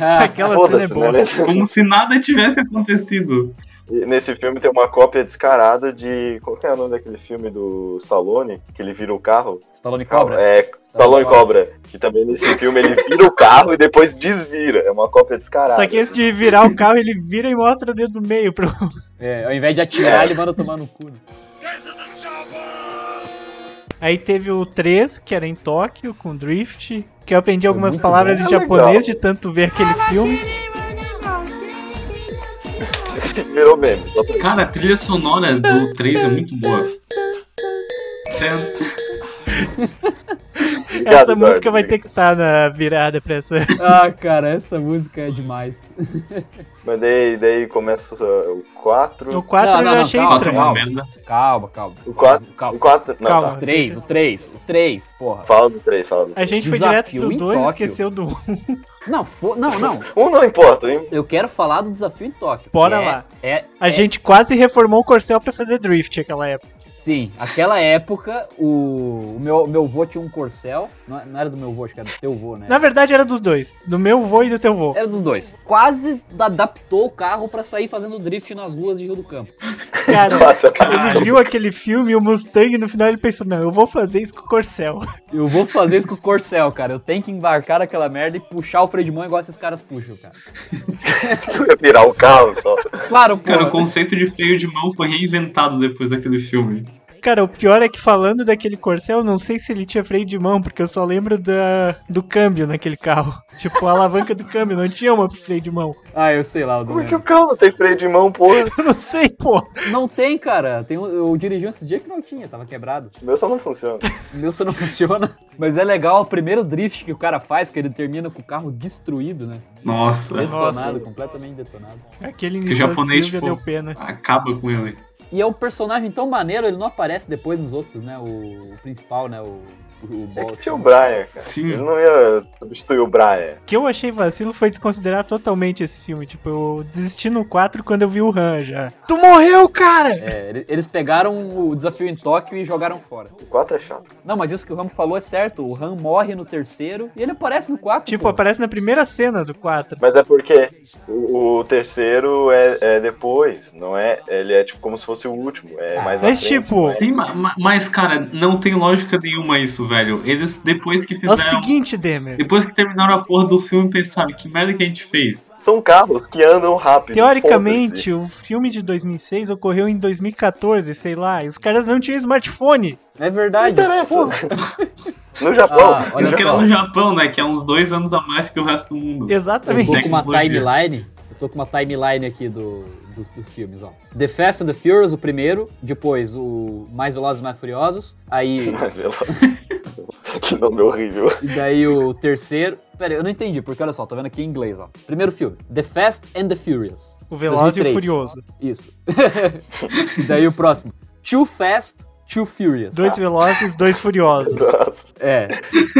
[SPEAKER 2] Ah,
[SPEAKER 4] Aquela cena é
[SPEAKER 3] Foda-se,
[SPEAKER 4] boa.
[SPEAKER 3] né?
[SPEAKER 1] Como se nada tivesse acontecido.
[SPEAKER 3] E Nesse filme tem uma cópia descarada de. Qual que é o nome daquele filme do Stallone? Que ele vira o carro?
[SPEAKER 2] Stallone Cobra.
[SPEAKER 3] É, Stallone Cobra. Que também nesse filme ele vira o carro e depois desvira. É uma cópia descarada.
[SPEAKER 4] Só que esse de virar o carro, ele vira e mostra o dedo do meio. Pro...
[SPEAKER 2] É, ao invés de atirar, ele manda tomar no cu. né?
[SPEAKER 4] Aí teve o 3, que era em Tóquio, com Drift. Que eu aprendi algumas
[SPEAKER 2] muito Ah,
[SPEAKER 4] palavras
[SPEAKER 3] bom.
[SPEAKER 4] em
[SPEAKER 3] É
[SPEAKER 4] japonês
[SPEAKER 3] legal.
[SPEAKER 4] de tanto ver aquele filme.
[SPEAKER 3] Virou meme. Só pra...
[SPEAKER 1] Cara, a trilha sonora do 3 é muito boa. Cê-
[SPEAKER 3] Obrigado,
[SPEAKER 4] Essa
[SPEAKER 3] Eduardo.
[SPEAKER 4] música vai ter que estar na virada pra essa.
[SPEAKER 2] Ah, cara, essa música é demais.
[SPEAKER 3] Mas daí, daí começa o 4.
[SPEAKER 4] O 4
[SPEAKER 2] Não,
[SPEAKER 4] eu
[SPEAKER 2] não, não,
[SPEAKER 4] achei
[SPEAKER 2] calma,
[SPEAKER 1] Quatro é
[SPEAKER 4] estranho.
[SPEAKER 1] uma
[SPEAKER 2] Calma.
[SPEAKER 1] merda.
[SPEAKER 2] Calma, calma.
[SPEAKER 3] O 4.
[SPEAKER 2] Calma.
[SPEAKER 3] O 4. Não,
[SPEAKER 4] Calma. É.
[SPEAKER 2] O
[SPEAKER 3] tá.
[SPEAKER 2] 3, o 3, o 3, porra.
[SPEAKER 3] Fala do 3, fala do 3.
[SPEAKER 4] A gente foi
[SPEAKER 2] Desafio
[SPEAKER 4] direto pro
[SPEAKER 2] em
[SPEAKER 4] 2 e
[SPEAKER 2] Tóquio.
[SPEAKER 4] esqueceu do 1.
[SPEAKER 2] Não, fo- não, não.
[SPEAKER 3] Um não importa, hein?
[SPEAKER 2] Eu quero falar do desafio em Tóquio.
[SPEAKER 4] Bora
[SPEAKER 2] É-
[SPEAKER 4] lá.
[SPEAKER 2] É,
[SPEAKER 4] A
[SPEAKER 2] é-
[SPEAKER 4] gente quase reformou o Corcel pra fazer Drift naquela época.
[SPEAKER 2] Sim, aquela época, o, o meu, meu vô tinha um corcel. Não, não era do meu vô, acho que era do teu vô, né?
[SPEAKER 4] Na verdade era dos dois, do meu vô e do teu vô.
[SPEAKER 2] Era dos dois. Quase adaptou o carro pra sair fazendo drift nas ruas de Rio do Campo.
[SPEAKER 4] Cara,
[SPEAKER 3] Nossa,
[SPEAKER 4] ele viu aquele filme, o Mustang, e no final ele pensou, não, eu vou fazer isso com o Corcel.
[SPEAKER 2] Eu vou fazer isso com o corcel, cara. Eu tenho que embarcar aquela merda e puxar o freio de mão igual esses caras puxam, cara.
[SPEAKER 3] eu ia virar o carro só.
[SPEAKER 2] Claro, pô.
[SPEAKER 1] Cara, o conceito de freio de mão foi reinventado depois daquele filme.
[SPEAKER 4] Cara, o pior é que falando daquele Corcel, eu não sei se ele tinha freio de mão, porque eu só lembro da, do câmbio naquele carro. Tipo, a alavanca do câmbio, não tinha uma pro freio de mão.
[SPEAKER 2] Ah, eu sei lá, eu não
[SPEAKER 3] Como é que
[SPEAKER 2] lembro.
[SPEAKER 3] o carro não tem freio de mão, porra?
[SPEAKER 4] Eu não sei, pô.
[SPEAKER 2] Não tem, cara. Tem, um- eu dirigi um esses dias que não tinha, tava quebrado.
[SPEAKER 3] O meu só não funciona.
[SPEAKER 2] O meu só não funciona. Mas é legal, o primeiro drift que o cara faz, que ele termina com o carro destruído, né?
[SPEAKER 1] Nossa,
[SPEAKER 2] Detonado, completamente detonado.
[SPEAKER 4] Aquele
[SPEAKER 1] o
[SPEAKER 4] Nissan
[SPEAKER 1] japonês,
[SPEAKER 4] Silvia
[SPEAKER 1] tipo,
[SPEAKER 4] deu pena.
[SPEAKER 1] acaba com ele.
[SPEAKER 2] E é um personagem tão maneiro, ele não aparece depois nos outros, né? O, o principal, né? O, o, o
[SPEAKER 3] É que
[SPEAKER 2] Bolt.
[SPEAKER 3] tinha o Brian, cara.
[SPEAKER 1] Sim.
[SPEAKER 3] Ele não ia substituir o Brian.
[SPEAKER 4] O que eu achei vacilo foi desconsiderar totalmente esse filme. Tipo, eu desisti no 4 quando eu vi o Han já. Tu morreu, cara!
[SPEAKER 2] É, ele- eles pegaram o desafio em Tóquio e jogaram fora.
[SPEAKER 3] O 4 é chato.
[SPEAKER 2] Não, mas isso que o Ram falou é certo. O Ram morre no terceiro e ele aparece no quarto.
[SPEAKER 4] Tipo,
[SPEAKER 2] pô.
[SPEAKER 4] aparece na primeira cena do 4.
[SPEAKER 3] Mas é porque o, o terceiro é, é depois, não é? Ele é tipo como se fosse o último. É mais na
[SPEAKER 4] Mas,
[SPEAKER 3] frente,
[SPEAKER 4] tipo,
[SPEAKER 3] não é?
[SPEAKER 1] Sim, ma- ma- mas, cara, não tem lógica nenhuma isso, velho. Eles, depois que
[SPEAKER 4] É o
[SPEAKER 1] fizeram.
[SPEAKER 4] seguinte, Demer.
[SPEAKER 1] Depois que terminaram a porra do filme, pensaram que merda que a gente fez.
[SPEAKER 3] são carros que andam rápido.
[SPEAKER 4] Teoricamente, o filme de 2006 ocorreu em 2014, sei lá, e os caras não tinham smartphone.
[SPEAKER 2] É
[SPEAKER 3] foda-se. Não
[SPEAKER 2] verdade. Porra,
[SPEAKER 3] interessa. no Japão.
[SPEAKER 2] Ah, olha
[SPEAKER 1] Isso que era
[SPEAKER 2] só.
[SPEAKER 1] no Japão, né? Que é uns dois anos a mais que o resto do mundo.
[SPEAKER 2] eu
[SPEAKER 4] Exatamente.
[SPEAKER 2] tô com uma
[SPEAKER 1] Tecnologia.
[SPEAKER 2] timeline. Eu tô com uma timeline aqui do, dos, dos filmes, ó. The Fast and the Furious, o primeiro. Depois, o Mais Velozes e Mais Furiosos. Aí,
[SPEAKER 3] Mas, pelo... que nome horrível.
[SPEAKER 2] E daí o terceiro. Pera, aí, eu não entendi, porque olha só, tô vendo aqui em inglês, ó. Primeiro filme: The Fast and the Furious.
[SPEAKER 4] O Veloz e o
[SPEAKER 2] 2003.
[SPEAKER 4] Furioso.
[SPEAKER 2] Isso. e daí o próximo: Too Fast, Too Furious.
[SPEAKER 4] Dois velozes, dois furiosos.
[SPEAKER 3] Nossa,
[SPEAKER 2] É.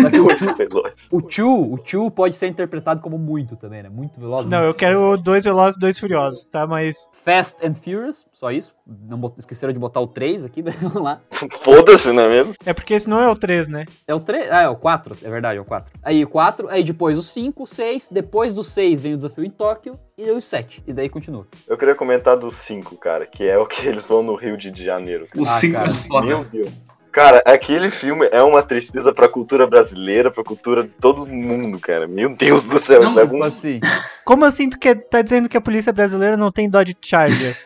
[SPEAKER 2] Só que o too,
[SPEAKER 3] veloz.
[SPEAKER 2] o too, o too pode ser interpretado como muito também, né? Muito veloz.
[SPEAKER 4] Não,
[SPEAKER 2] muito-
[SPEAKER 4] eu quero dois velozes, dois furiosos, tá? Mas
[SPEAKER 2] Fast and Furious, só isso. Não bot- esqueceram de botar o 3 aqui, mas vamos lá.
[SPEAKER 3] Foda-se, não é mesmo?
[SPEAKER 4] é porque esse não é o 3, né?
[SPEAKER 2] É o 3. Ah, é o 4, é verdade, é o 4. Aí o 4, aí depois o 5, o 6, depois do 6 vem o desafio em Tóquio e daí o 7. E daí continua.
[SPEAKER 3] Eu queria comentar dos 5, cara, que é o que eles vão no Rio de Janeiro.
[SPEAKER 1] O
[SPEAKER 2] Ah,
[SPEAKER 1] cinco
[SPEAKER 2] cara.
[SPEAKER 1] é foda.
[SPEAKER 3] Meu Deus. Cara, aquele filme é uma tristeza pra cultura brasileira, pra cultura de todo mundo, cara. Meu Deus do céu.
[SPEAKER 1] Não,
[SPEAKER 3] sabe?
[SPEAKER 2] Tipo
[SPEAKER 3] Um-
[SPEAKER 2] assim.
[SPEAKER 4] Como assim tu quer, tá dizendo que a polícia brasileira não tem Dodge Charger?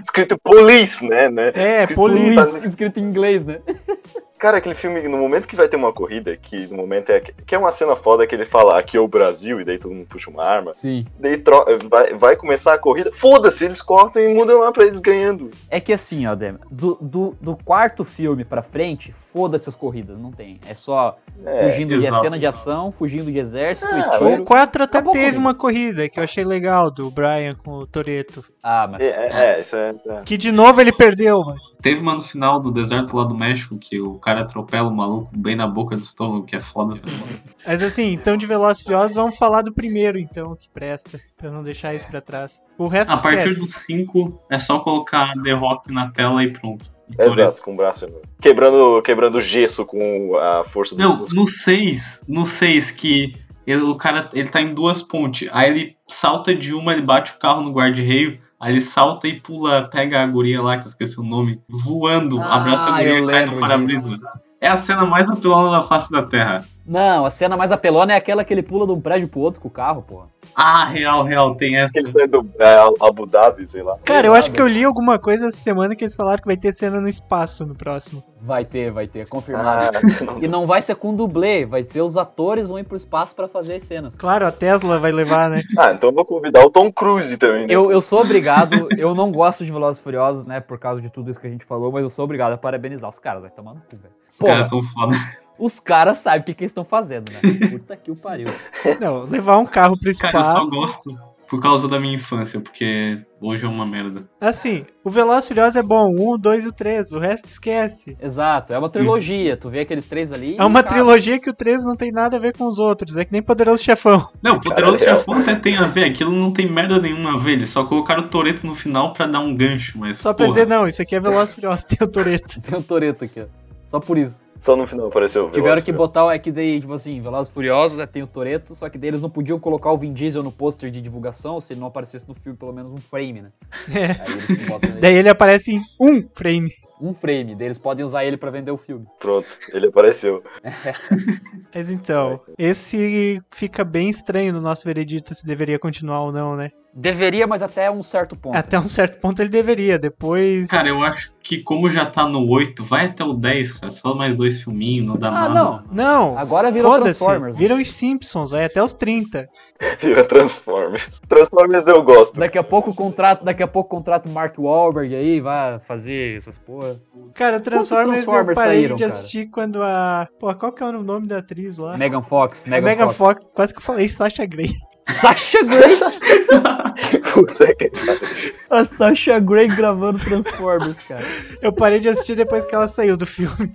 [SPEAKER 3] Escrito police, né? né?
[SPEAKER 4] É,
[SPEAKER 3] Escrito-
[SPEAKER 4] police.
[SPEAKER 2] Isso escrito em inglês, né?
[SPEAKER 3] Cara, aquele filme, no momento que vai ter uma corrida, que no momento é. Que é uma cena foda que ele fala, aqui é o Brasil, e daí todo mundo puxa uma arma.
[SPEAKER 2] Sim.
[SPEAKER 3] Daí tro- vai, vai começar a corrida. Foda-se, eles cortam e mudam lá pra eles ganhando.
[SPEAKER 2] É que assim, ó, Dema, do, do, do quarto filme pra frente, foda-se as corridas, não tem. É só
[SPEAKER 3] É,
[SPEAKER 2] fugindo de
[SPEAKER 1] exato.
[SPEAKER 2] cena de ação, fugindo de exército
[SPEAKER 3] Ah,
[SPEAKER 1] Tá
[SPEAKER 2] e
[SPEAKER 4] O
[SPEAKER 2] tiro.
[SPEAKER 4] 4 até
[SPEAKER 2] Acabou a
[SPEAKER 4] teve
[SPEAKER 2] corrida.
[SPEAKER 4] uma corrida que eu achei legal do Brian com o Toreto.
[SPEAKER 2] Ah, mas
[SPEAKER 3] É, é, é, isso é. é.
[SPEAKER 4] Que de novo ele perdeu, mas.
[SPEAKER 1] Teve uma no final do deserto lá do México que o cara atropela o maluco bem na boca do estômago, que é foda.
[SPEAKER 4] Mas assim, então de Velozes e Furiosos vamos falar do primeiro, então, que presta. Pra não deixar isso pra trás. O resto
[SPEAKER 1] A partir
[SPEAKER 4] esquece.
[SPEAKER 1] do 5 é só colocar The Rock na tela e pronto. E Toretto.
[SPEAKER 3] é Exato, com o braço. Quebrando, quebrando gesso com a força do
[SPEAKER 1] Não,
[SPEAKER 3] músculo.
[SPEAKER 1] no 6, no 6 que ele- o cara ele tá em duas pontes, aí ele salta de uma, ele bate o carro no guarda-reio, aí ele salta e pula, pega a guria lá, que eu esqueci o nome, voando,
[SPEAKER 2] Ah,
[SPEAKER 1] abraça a
[SPEAKER 2] eu
[SPEAKER 1] guria e cai
[SPEAKER 2] lembro
[SPEAKER 1] no para-brisa. É a cena mais apelona da face da Terra.
[SPEAKER 2] Não, a cena mais apelona é aquela que ele pula de um prédio pro outro com o carro, porra.
[SPEAKER 1] Ah, real, real, tem essa.
[SPEAKER 3] Eles saem do é, Abu Dhabi, sei lá.
[SPEAKER 4] Cara, eu acho que eu li alguma coisa essa semana que eles falaram que vai ter cena no espaço no próximo.
[SPEAKER 2] Vai ter, vai ter, confirmado.
[SPEAKER 3] Ah,
[SPEAKER 2] E não vai ser com dublê, vai ser os atores vão ir pro espaço pra fazer as cenas.
[SPEAKER 4] Claro, a Tesla vai levar, né?
[SPEAKER 3] ah, então eu vou convidar o Tom Cruise também. né?
[SPEAKER 2] Eu, eu sou obrigado, eu não gosto de Velozes e Furiosos, né, por causa de tudo isso que a gente falou, mas eu sou obrigado a parabenizar os caras, vai tomar no cu, velho.
[SPEAKER 1] Os
[SPEAKER 2] Porra.
[SPEAKER 1] caras são foda.
[SPEAKER 2] Os caras sabem o que, que eles estão fazendo, né? Puta que o pariu.
[SPEAKER 4] Não, levar um carro pro espaço.
[SPEAKER 1] Cara, eu só gosto por causa da minha infância, porque hoje é uma merda.
[SPEAKER 4] Assim, o Veloz e Furioso é bom, o 1, o 2 e o 3, o resto esquece.
[SPEAKER 2] Exato, é uma trilogia, tu vê aqueles três ali.
[SPEAKER 4] É uma
[SPEAKER 2] cara,
[SPEAKER 4] trilogia que o 3 não tem nada a ver com os outros, é que nem Poderoso Chefão.
[SPEAKER 1] Não, o Poderoso
[SPEAKER 3] real.
[SPEAKER 1] Chefão até tem a ver, aquilo não tem merda nenhuma a ver, eles só colocaram o Toreto no final pra dar um gancho, mas.
[SPEAKER 4] Só pra
[SPEAKER 1] porra.
[SPEAKER 4] dizer, não, isso aqui é Veloz e Furioso, tem o Toreto.
[SPEAKER 2] Tem um Toreto aqui, ó. Só por isso.
[SPEAKER 3] Só no final apareceu. o
[SPEAKER 2] Tiveram
[SPEAKER 3] Velozes
[SPEAKER 2] que botar, o- é que daí, tipo assim, Velozes e Furiosos, né, tem o Toreto, só que daí eles não podiam colocar o Vin Diesel no pôster de divulgação se ele não aparecesse no filme pelo menos um frame, né?
[SPEAKER 4] É.
[SPEAKER 2] Aí eles botam ele-
[SPEAKER 4] Daí ele aparece em um frame.
[SPEAKER 2] um frame, daí eles podem usar ele pra vender o filme.
[SPEAKER 3] Pronto, ele apareceu.
[SPEAKER 4] Mas então, esse fica bem estranho no nosso veredito se deveria continuar ou não, né?
[SPEAKER 2] Deveria, mas até um certo ponto.
[SPEAKER 4] Até um certo ponto ele deveria, depois.
[SPEAKER 1] Cara, eu acho que como já tá no 8, vai até o 10, cara. Só mais dois filminhos, não dá
[SPEAKER 2] Ah,
[SPEAKER 1] nada.
[SPEAKER 2] não.
[SPEAKER 4] Não!
[SPEAKER 2] Agora virou
[SPEAKER 4] Foda-se,
[SPEAKER 2] Transformers. né?
[SPEAKER 4] viram os Simpsons, vai até os 30.
[SPEAKER 3] Vira Transformers. Transformers eu gosto.
[SPEAKER 2] Daqui a pouco contrato, daqui a pouco contrato Mark Wahlberg aí, vai fazer essas porra.
[SPEAKER 4] Cara, o Transformers,
[SPEAKER 2] Transformers
[SPEAKER 4] eu parei
[SPEAKER 2] saíram,
[SPEAKER 4] de
[SPEAKER 2] cara?
[SPEAKER 4] assistir quando a... Pô, qual que era o nome da atriz lá?
[SPEAKER 2] Megan Fox,
[SPEAKER 4] A
[SPEAKER 2] É Megan,
[SPEAKER 4] Megan Fox.
[SPEAKER 2] Fox.
[SPEAKER 4] quase que eu falei Sasha Grey.
[SPEAKER 2] Sasha Grey,
[SPEAKER 3] Puta que-
[SPEAKER 2] a Sasha Grey gravando Transformers, cara.
[SPEAKER 4] Eu parei de assistir depois que ela saiu do filme.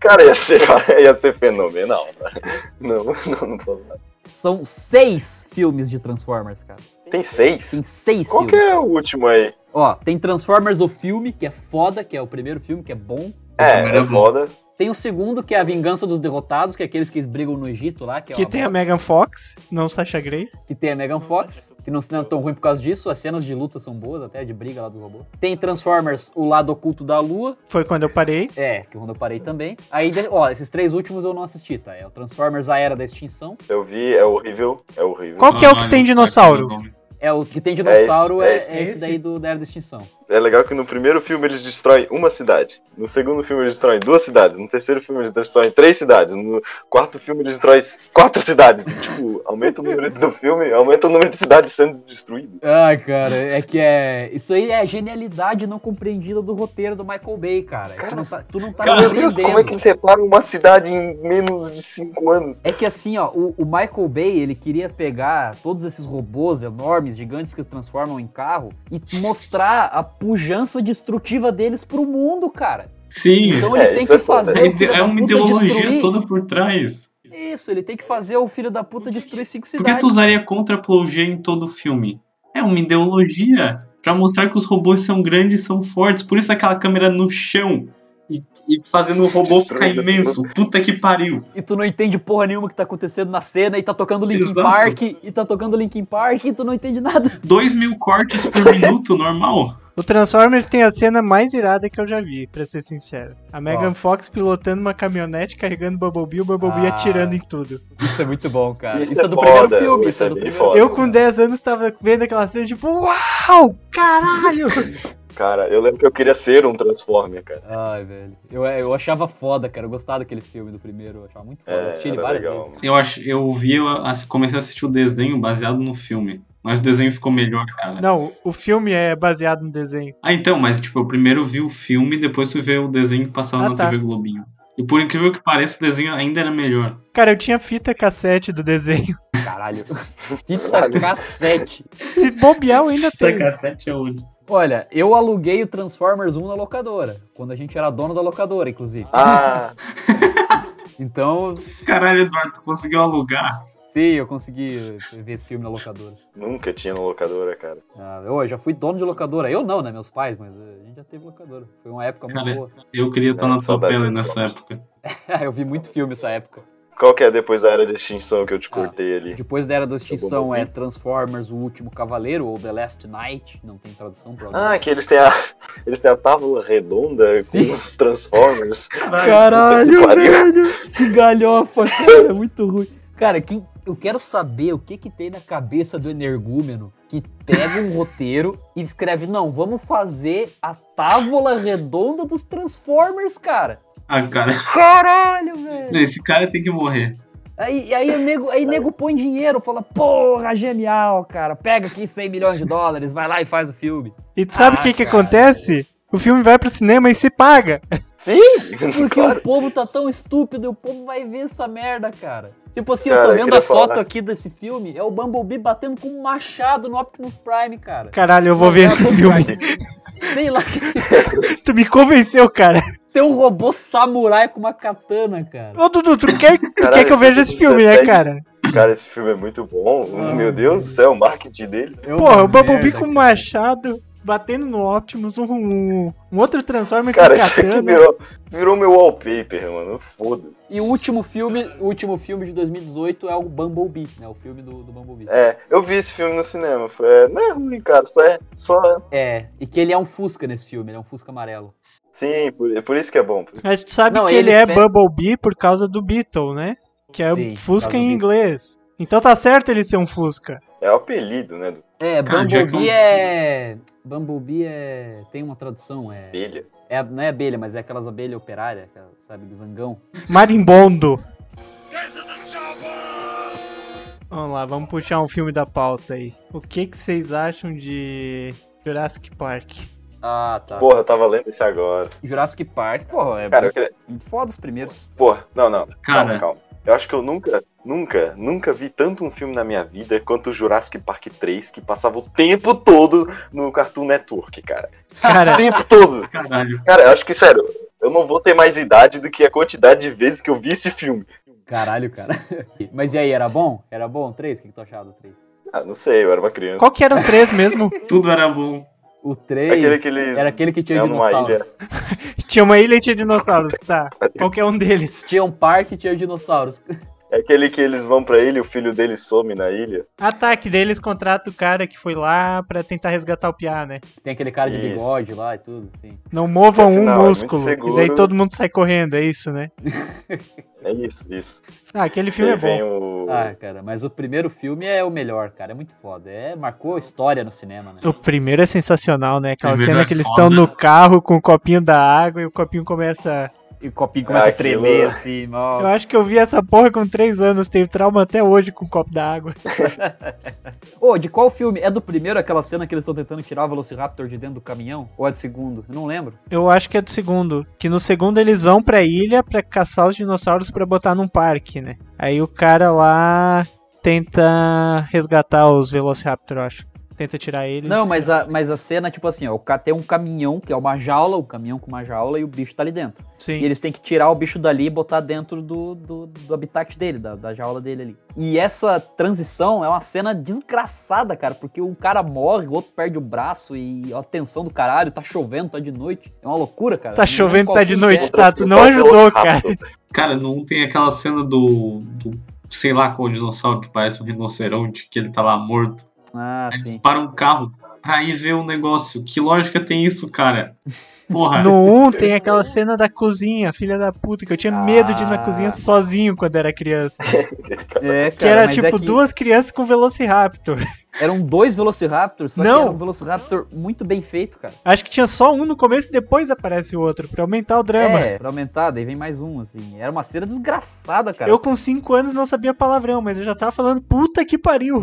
[SPEAKER 3] Cara, ia ser, ia ser fenomenal. cara. Não, não, não tô falando.
[SPEAKER 2] São seis filmes de Transformers, cara.
[SPEAKER 3] Tem seis?
[SPEAKER 2] Tem seis
[SPEAKER 3] Qual que
[SPEAKER 2] filmes.
[SPEAKER 3] é o último aí?
[SPEAKER 2] Ó, tem Transformers o filme, que é foda, que é o primeiro filme, que é bom.
[SPEAKER 3] É, é foda.
[SPEAKER 2] Tem o segundo, que é a Vingança dos Derrotados, que é aqueles que eles brigam no Egito lá, que é
[SPEAKER 4] Que
[SPEAKER 2] uma
[SPEAKER 4] tem a
[SPEAKER 2] bosta.
[SPEAKER 4] Megan Fox, não Sasha Grey.
[SPEAKER 2] que tem a Megan Fox, que não se deu tão ruim por causa disso, as cenas de luta são boas até, de briga lá dos robôs. Tem Transformers, o lado oculto da lua,
[SPEAKER 4] Foi quando eu parei.
[SPEAKER 2] é, que quando eu parei também. Aí, de- ó, esses três últimos eu não assisti, tá? É o Transformers, a Era da Extinção,
[SPEAKER 3] Eu vi, é horrível. É horrível.
[SPEAKER 4] Qual que é o que
[SPEAKER 1] Caralho,
[SPEAKER 4] tem dinossauro?
[SPEAKER 1] cara, que nome.
[SPEAKER 2] é o que tem dinossauro,
[SPEAKER 3] É
[SPEAKER 2] é,
[SPEAKER 3] esse-
[SPEAKER 2] é
[SPEAKER 4] é
[SPEAKER 2] esse
[SPEAKER 4] esse?
[SPEAKER 2] daí do, da Era da Extinção.
[SPEAKER 3] É legal que no primeiro filme eles destroem uma cidade. No segundo filme eles destroem duas cidades. No terceiro filme eles destroem três cidades. No quarto filme eles destroem quatro cidades. tipo, aumenta o número do filme, aumenta o número de cidades sendo destruídas.
[SPEAKER 2] Ah, cara, é que é... Isso aí é a genialidade não compreendida do roteiro do Michael Bay, cara. É que tu não tá, tu não tá
[SPEAKER 1] Cara,
[SPEAKER 3] Meu Deus, como é que
[SPEAKER 2] compreendendo.
[SPEAKER 3] eles reparam uma cidade em menos de cinco anos?
[SPEAKER 2] É que assim, ó, o, o Michael Bay, ele queria pegar todos esses robôs enormes, gigantes que se transformam em carro e mostrar a pujança destrutiva deles pro mundo, cara.
[SPEAKER 1] Sim,
[SPEAKER 2] Então
[SPEAKER 3] É,
[SPEAKER 2] ele tem
[SPEAKER 3] isso é
[SPEAKER 2] que
[SPEAKER 3] foda.
[SPEAKER 2] fazer
[SPEAKER 1] é,
[SPEAKER 2] o filho
[SPEAKER 1] é
[SPEAKER 2] da
[SPEAKER 1] uma
[SPEAKER 2] puta
[SPEAKER 1] ideologia
[SPEAKER 2] destruir.
[SPEAKER 1] toda por trás.
[SPEAKER 2] Isso, ele tem que fazer o filho da puta destruir cinco
[SPEAKER 1] Por que
[SPEAKER 2] cidades.
[SPEAKER 1] tu usaria contra Plougé em todo o filme? É uma ideologia pra mostrar que os robôs são grandes e são fortes. Por isso aquela câmera no chão. e, e fazendo o robô ficar
[SPEAKER 3] Destruindo
[SPEAKER 1] imenso. Puta que pariu.
[SPEAKER 2] E tu não entende porra nenhuma que tá acontecendo na cena, e tá tocando Linkin
[SPEAKER 1] Exato.
[SPEAKER 2] Park, e tá tocando Linkin Park, e tu não entende nada.
[SPEAKER 1] 2 mil cortes por minuto, normal.
[SPEAKER 4] O Transformers tem a cena mais irada que eu já vi, pra ser sincero. A Megan Fox pilotando uma caminhonete, carregando Bumblebee, o Bumblebee
[SPEAKER 2] Ah.
[SPEAKER 4] atirando em tudo.
[SPEAKER 2] Isso é muito bom, cara. Isso,
[SPEAKER 3] Isso
[SPEAKER 2] é
[SPEAKER 3] é
[SPEAKER 2] do
[SPEAKER 3] foda,
[SPEAKER 2] primeiro filme, isso
[SPEAKER 3] isso
[SPEAKER 2] é
[SPEAKER 3] é
[SPEAKER 2] do
[SPEAKER 3] bem
[SPEAKER 2] primeiro
[SPEAKER 3] foda.
[SPEAKER 2] filme.
[SPEAKER 4] Eu com 10 anos tava vendo aquela cena, tipo, uau, caralho!
[SPEAKER 3] Cara, eu lembro que eu queria ser um Transformer, cara.
[SPEAKER 2] Ai, velho. Eu, é, eu achava foda, cara. Eu gostava daquele filme do primeiro. Eu achava muito foda. eu
[SPEAKER 3] É,
[SPEAKER 2] assisti ele
[SPEAKER 3] era
[SPEAKER 2] várias
[SPEAKER 3] legal,
[SPEAKER 2] vezes.
[SPEAKER 3] mano.
[SPEAKER 1] Eu, ach, eu vi, eu ass- comecei a assistir o desenho baseado no filme. Mas o desenho ficou melhor, cara.
[SPEAKER 4] Não, o filme é baseado no desenho.
[SPEAKER 1] Ah, então, mas tipo, eu primeiro vi o filme, depois fui ver o desenho que passava
[SPEAKER 4] Ah,
[SPEAKER 1] na
[SPEAKER 4] tá.
[SPEAKER 1] TV Globinho. E por incrível que pareça, o desenho ainda era melhor.
[SPEAKER 4] Cara, eu tinha fita cassete do desenho.
[SPEAKER 2] Caralho. Fita cassete.
[SPEAKER 4] Se bobear, eu ainda tenho.
[SPEAKER 1] cassete é onde?
[SPEAKER 2] Olha, eu aluguei o Transformers 1 na locadora. Quando a gente era dono da locadora, inclusive.
[SPEAKER 3] Ah,
[SPEAKER 2] Então,
[SPEAKER 1] Caralho, Eduardo, tu conseguiu alugar?
[SPEAKER 2] sim, eu consegui ver esse filme na locadora.
[SPEAKER 3] nunca tinha na locadora, cara.
[SPEAKER 2] Ah, eu já fui dono de locadora. Eu não, né? Meus pais, mas eh, a gente já teve locadora. Foi uma época muito
[SPEAKER 1] Cara.
[SPEAKER 2] boa.
[SPEAKER 1] Eu queria estar na
[SPEAKER 3] Não,
[SPEAKER 1] tua
[SPEAKER 3] saudade
[SPEAKER 1] pele
[SPEAKER 3] do
[SPEAKER 1] nessa
[SPEAKER 3] Transformers.
[SPEAKER 1] época.
[SPEAKER 2] eu vi muito filme essa época.
[SPEAKER 3] Qual que é depois da era de extinção
[SPEAKER 2] Ah.
[SPEAKER 3] que eu te cortei ali?
[SPEAKER 2] Depois da Era da Extinção é Transformers, O Último Cavaleiro, ou The Last Knight. Não tem tradução pra
[SPEAKER 3] Ah, que eles têm a. Eles têm a tábua redonda
[SPEAKER 2] Sim.
[SPEAKER 3] com os Transformers.
[SPEAKER 2] Caralho,
[SPEAKER 3] Puta que pariu.
[SPEAKER 2] velho! Que galhofa, cara, é muito ruim. Cara, que, eu quero saber o que que tem na cabeça do energúmeno que pega um roteiro e escreve, não, vamos fazer a távola redonda dos Transformers, cara.
[SPEAKER 1] Ah, cara,
[SPEAKER 2] Caralho, velho!
[SPEAKER 1] esse cara tem que morrer.
[SPEAKER 2] Aí, aí, o nego, aí o nego põe dinheiro, fala, porra, genial, cara, pega aqui 100 milhões de dólares, vai lá e faz o filme.
[SPEAKER 4] E tu sabe o
[SPEAKER 2] Ah,
[SPEAKER 4] que que
[SPEAKER 2] cara.
[SPEAKER 4] acontece? O filme vai pro cinema e se paga.
[SPEAKER 3] Sim!
[SPEAKER 2] Porque
[SPEAKER 3] claro.
[SPEAKER 2] o povo tá tão estúpido e o povo vai ver essa merda, cara. Tipo assim, eu
[SPEAKER 3] Cara,
[SPEAKER 2] tô
[SPEAKER 3] eu
[SPEAKER 2] vendo
[SPEAKER 3] queria
[SPEAKER 2] a foto
[SPEAKER 3] falar. né?
[SPEAKER 2] aqui desse filme, é o Bumblebee batendo com um machado no Optimus Prime, cara. É
[SPEAKER 4] Caralho, eu vou ver esse filme.
[SPEAKER 2] Sei lá, que
[SPEAKER 4] Tu me convenceu, cara.
[SPEAKER 2] tem um robô samurai com uma katana, cara.
[SPEAKER 4] Ô, Dudu, tu quer, tu
[SPEAKER 3] Caralho,
[SPEAKER 4] quer que eu veja
[SPEAKER 3] eu
[SPEAKER 4] esse filme, né,
[SPEAKER 3] dezessete.
[SPEAKER 4] cara?
[SPEAKER 3] Cara, esse filme é muito bom.
[SPEAKER 2] Ah.
[SPEAKER 3] Meu Deus do céu, o marketing dele.
[SPEAKER 2] É uma
[SPEAKER 4] Porra, o Bumblebee
[SPEAKER 2] merda,
[SPEAKER 4] com
[SPEAKER 2] cara.
[SPEAKER 4] o machado, batendo no Optimus, um, um, um outro Transformer
[SPEAKER 3] Cara,
[SPEAKER 4] com
[SPEAKER 3] isso aqui
[SPEAKER 4] katana.
[SPEAKER 3] virou, virou meu wallpaper, mano. Foda.
[SPEAKER 2] E o último filme, o último filme de 2018 é o Bumblebee, né? O filme do, do Bumblebee.
[SPEAKER 3] É, eu vi esse filme no cinema. Foi, é, não é ruim, cara. Só é. Só...
[SPEAKER 2] É, e que ele é um Fusca nesse filme, ele é um Fusca amarelo.
[SPEAKER 3] Sim, por, por isso que é bom.
[SPEAKER 4] Mas tu sabe
[SPEAKER 2] Não,
[SPEAKER 4] que ele
[SPEAKER 2] eles
[SPEAKER 4] é
[SPEAKER 2] pe-
[SPEAKER 4] Bumblebee por causa do Beetle, né? Que é
[SPEAKER 2] Sim, por causa
[SPEAKER 4] Fusca
[SPEAKER 2] do
[SPEAKER 4] em
[SPEAKER 2] Beetle.
[SPEAKER 4] inglês. Então tá certo ele ser um Fusca.
[SPEAKER 3] É o apelido, né? Do
[SPEAKER 2] É,
[SPEAKER 1] Cara, já
[SPEAKER 2] Bumblebee
[SPEAKER 1] que é um-
[SPEAKER 2] é... Bumblebee é... Tem uma tradução, é...
[SPEAKER 3] Bilha.
[SPEAKER 2] É, não é abelha, mas é aquelas abelhas operárias, aquelas, sabe, de zangão.
[SPEAKER 4] Marimbondo. Vamos lá, vamos puxar um filme da pauta aí. O que que vocês acham de Jurassic Park?
[SPEAKER 2] Ah, tá.
[SPEAKER 3] Porra, eu tava lendo isso agora.
[SPEAKER 2] Jurassic Park, porra, é
[SPEAKER 3] Cara, eu queria...
[SPEAKER 2] muito foda os primeiros.
[SPEAKER 3] Porra, não, não.
[SPEAKER 1] Cara.
[SPEAKER 3] Calma, calma. Eu acho que eu nunca, nunca, nunca vi tanto um filme na minha vida quanto o Jurassic Park 3, que passava o tempo todo no Cartoon Network, cara. O
[SPEAKER 4] Cara,
[SPEAKER 3] tempo todo.
[SPEAKER 1] Caralho.
[SPEAKER 3] Cara, eu acho que, sério, eu não vou ter mais idade do que a quantidade de vezes que eu vi esse filme.
[SPEAKER 2] Caralho, cara. Mas e aí, era bom? Era bom o 3? O que que tu achava do 3?
[SPEAKER 3] Ah, não sei, eu era uma criança.
[SPEAKER 4] qual que era o 3 mesmo?
[SPEAKER 1] Tudo era bom.
[SPEAKER 2] O 3
[SPEAKER 3] Aquele que é eles-
[SPEAKER 2] era aquele que tinha
[SPEAKER 3] eram numa
[SPEAKER 2] dinossauros.
[SPEAKER 4] Tinha uma ilha e tinha dinossauros, tá. Qualquer um deles.
[SPEAKER 2] Tinha um parque e tinha dinossauros.
[SPEAKER 3] É aquele que eles vão pra ilha e o filho dele some na ilha.
[SPEAKER 4] Ataque deles contrata o cara que foi lá pra tentar resgatar o piá, né?
[SPEAKER 2] Tem aquele cara de
[SPEAKER 3] Isso.
[SPEAKER 2] bigode lá e tudo, sim.
[SPEAKER 4] Não movam um
[SPEAKER 3] Afinal, é muito
[SPEAKER 4] músculo. e daí
[SPEAKER 3] seguro.
[SPEAKER 4] todo mundo sai correndo, é isso, né?
[SPEAKER 3] É isso, isso.
[SPEAKER 4] Ah, aquele filme é
[SPEAKER 3] Aí vem
[SPEAKER 4] bom.
[SPEAKER 3] o...
[SPEAKER 2] Ah, cara, mas o primeiro filme é o melhor, cara. É muito foda. É, marcou história no cinema, né?
[SPEAKER 4] O primeiro é sensacional, né? Aquela
[SPEAKER 1] Primeiro
[SPEAKER 4] cena
[SPEAKER 1] é
[SPEAKER 4] que eles
[SPEAKER 1] foda.
[SPEAKER 4] estão no carro com o copinho da água e o copinho começa.
[SPEAKER 2] E o copinho
[SPEAKER 3] começa a tremer,
[SPEAKER 2] assim,
[SPEAKER 4] Eu
[SPEAKER 2] mal.
[SPEAKER 4] acho que eu vi essa porra com 3 anos, tenho trauma até hoje com o copo da água.
[SPEAKER 2] Ô, de qual filme? É do primeiro aquela cena que eles estão tentando tirar o Velociraptor de dentro do caminhão? Ou é do segundo? Eu não lembro.
[SPEAKER 4] Eu acho que é do segundo. Que no segundo eles vão pra ilha pra caçar os dinossauros pra botar num parque, né? Aí o cara lá tenta resgatar os Velociraptor, eu acho. tenta tirar eles.
[SPEAKER 2] Não, mas a, mas a cena, tipo assim, ó, o ca- tem um caminhão, que é uma jaula, o caminhão com uma jaula e o bicho tá ali dentro.
[SPEAKER 4] Sim.
[SPEAKER 2] E eles têm que tirar o bicho dali e botar dentro do, do, do habitat dele, da, da jaula dele ali. E essa transição é uma cena desgraçada, cara, porque um cara morre, o outro perde o braço e ó, a tensão do caralho, tá chovendo, tá de noite. É uma loucura, cara.
[SPEAKER 4] Tá
[SPEAKER 2] Não
[SPEAKER 4] chovendo,
[SPEAKER 2] tem
[SPEAKER 4] tá de
[SPEAKER 2] qual
[SPEAKER 4] noite,
[SPEAKER 2] que é.
[SPEAKER 4] tá? Tu não ajudou, cara.
[SPEAKER 1] Cara, não tem aquela cena do, do sei lá qual dinossauro que parece um rinoceronte, que ele tá lá morto.
[SPEAKER 2] é. Ah,
[SPEAKER 1] Aí eles
[SPEAKER 2] sim.
[SPEAKER 1] param um carro pra ir ver o negócio. Que lógica tem isso, cara? Porra.
[SPEAKER 4] No 1 tem aquela cena da cozinha, filha da puta, que eu tinha medo de ir na
[SPEAKER 2] Ah.
[SPEAKER 4] cozinha sozinho quando era criança.
[SPEAKER 2] É, cara,
[SPEAKER 4] Que era
[SPEAKER 2] mas é
[SPEAKER 4] tipo
[SPEAKER 2] que
[SPEAKER 4] duas crianças com Velociraptor.
[SPEAKER 2] Eram um dois Velociraptors, só
[SPEAKER 4] Não.
[SPEAKER 2] que era um Velociraptor muito bem feito, cara.
[SPEAKER 4] Acho que tinha só um no começo e depois aparece o outro, pra aumentar o drama.
[SPEAKER 2] É, pra aumentar, daí vem mais um, assim. Era uma cena desgraçada, cara.
[SPEAKER 4] Eu com 5 anos não sabia palavrão, mas eu já tava falando puta que pariu.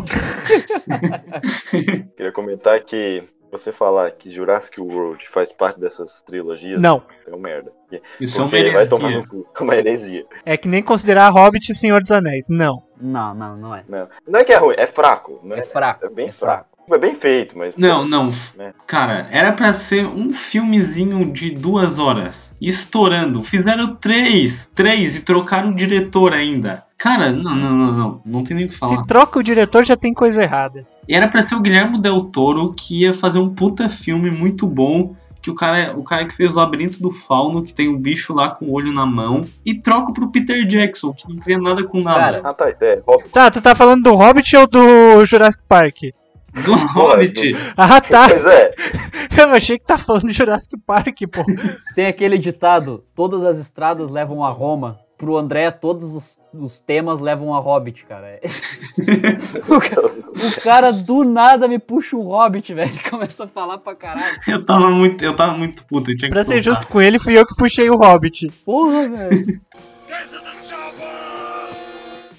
[SPEAKER 3] Queria comentar que você falar que Jurassic World faz parte dessas trilogias
[SPEAKER 4] Não,
[SPEAKER 3] é uma merda. Porque
[SPEAKER 1] Isso é uma
[SPEAKER 3] vai tomar no
[SPEAKER 1] heresia.
[SPEAKER 3] cu. É uma heresia.
[SPEAKER 4] é que nem considerar Hobbit e Senhor dos Anéis. Não.
[SPEAKER 2] Não, não, não é.
[SPEAKER 3] Não. não é que é ruim, é fraco. Não
[SPEAKER 2] É
[SPEAKER 3] é,
[SPEAKER 2] fraco.
[SPEAKER 3] é bem fraco. É bem feito, mas.
[SPEAKER 1] Não, não.
[SPEAKER 3] É.
[SPEAKER 1] Cara, era pra ser um filmezinho de duas horas. Estourando. Fizeram três. Três e trocaram o diretor ainda. Cara, não, não, não, não. Não tem nem o que falar.
[SPEAKER 4] Se troca o diretor, já tem coisa errada.
[SPEAKER 1] Era pra ser o Guilherme Del Toro que ia fazer um puta filme muito bom. Que o cara, é, o cara que fez o Labirinto do Fauno, que tem o bicho lá com o olho na mão, e troca pro Peter Jackson, que não cria nada com nada.
[SPEAKER 2] Cara,
[SPEAKER 3] Ah, tá, isso é. Hobbit.
[SPEAKER 4] Tá, tu tá falando do Hobbit ou do Jurassic Park?
[SPEAKER 1] Do Hobbit.
[SPEAKER 4] Ah, tá.
[SPEAKER 3] Pois é.
[SPEAKER 4] Eu achei que tá falando do Jurassic Park, pô.
[SPEAKER 2] Tem aquele ditado: todas as estradas levam a Roma. Pro André, todos os, os temas levam a Hobbit, cara. o, ca- o cara do nada me puxa um Hobbit, velho. e Começa a falar pra caralho.
[SPEAKER 1] Eu tava muito, eu tava muito puto. Eu tinha que
[SPEAKER 4] Pra ser
[SPEAKER 1] soltar.
[SPEAKER 4] justo com ele, fui eu que puxei o Hobbit.
[SPEAKER 2] Porra, velho.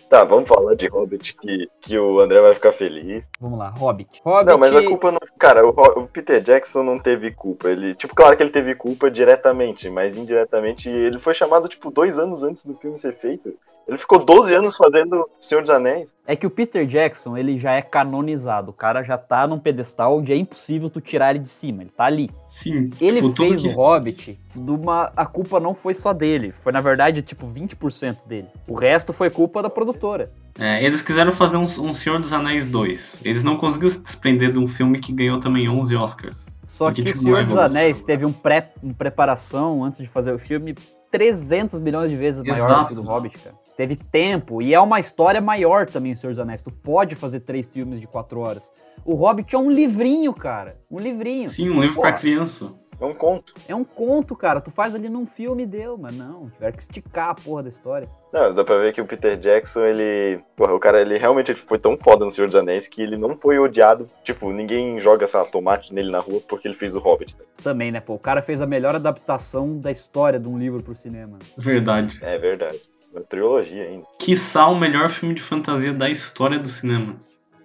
[SPEAKER 3] Tá, vamos falar de Hobbit que, que o André vai ficar feliz.
[SPEAKER 2] Vamos lá, Hobbit. Hobbit.
[SPEAKER 3] Não, mas a culpa não. Cara, o, Ho- o Peter Jackson não teve culpa. Ele, tipo, claro que ele teve culpa diretamente, mas indiretamente ele foi chamado, tipo, dois anos antes do filme ser feito. Ele ficou 12 anos fazendo Senhor dos Anéis.
[SPEAKER 2] É que o Peter Jackson, ele já é canonizado. O cara já tá num pedestal onde é impossível tu tirar ele de cima. Ele tá ali.
[SPEAKER 1] Sim.
[SPEAKER 2] Ele
[SPEAKER 1] tipo, tudo
[SPEAKER 2] fez
[SPEAKER 1] que-
[SPEAKER 2] o Hobbit, de uma- a culpa não foi só dele. Foi, na verdade, tipo, 20% dele. O resto foi culpa da produtora.
[SPEAKER 1] É, eles quiseram fazer um, um Senhor dos Anéis 2. Eles não conseguiram se desprender de um filme que ganhou também 11 Oscars.
[SPEAKER 2] Só
[SPEAKER 1] Que
[SPEAKER 2] que o
[SPEAKER 1] tipo
[SPEAKER 2] Senhor
[SPEAKER 1] uma
[SPEAKER 2] dos
[SPEAKER 1] evolução,
[SPEAKER 2] Anéis
[SPEAKER 1] né?
[SPEAKER 2] teve um pré, uma preparação antes de fazer o filme 300 milhões de vezes maior
[SPEAKER 1] Exato.
[SPEAKER 2] do que o do Hobbit, cara. Teve tempo e é uma história maior também, o Senhor dos Anéis. Tu pode fazer três filmes de quatro horas. O Hobbit é um livrinho, cara. Um livrinho.
[SPEAKER 1] Sim, um livro pra
[SPEAKER 2] Porra.
[SPEAKER 1] criança.
[SPEAKER 3] É um conto.
[SPEAKER 2] É um conto, cara. Tu faz ali num filme e deu, mas não. Tiveram que esticar a porra da história.
[SPEAKER 3] Não, dá pra ver que o Peter Jackson, ele. Porra, o cara, ele realmente ele foi tão foda no Senhor dos Anéis que ele não foi odiado. Tipo, ninguém joga, sei lá, tomate nele na rua porque ele fez o Hobbit.
[SPEAKER 2] Também, né, pô? O cara fez a melhor adaptação da história de um livro pro cinema.
[SPEAKER 1] Verdade.
[SPEAKER 3] É verdade. Uma trilogia ainda.
[SPEAKER 1] Quiçá o melhor filme de fantasia da história do cinema.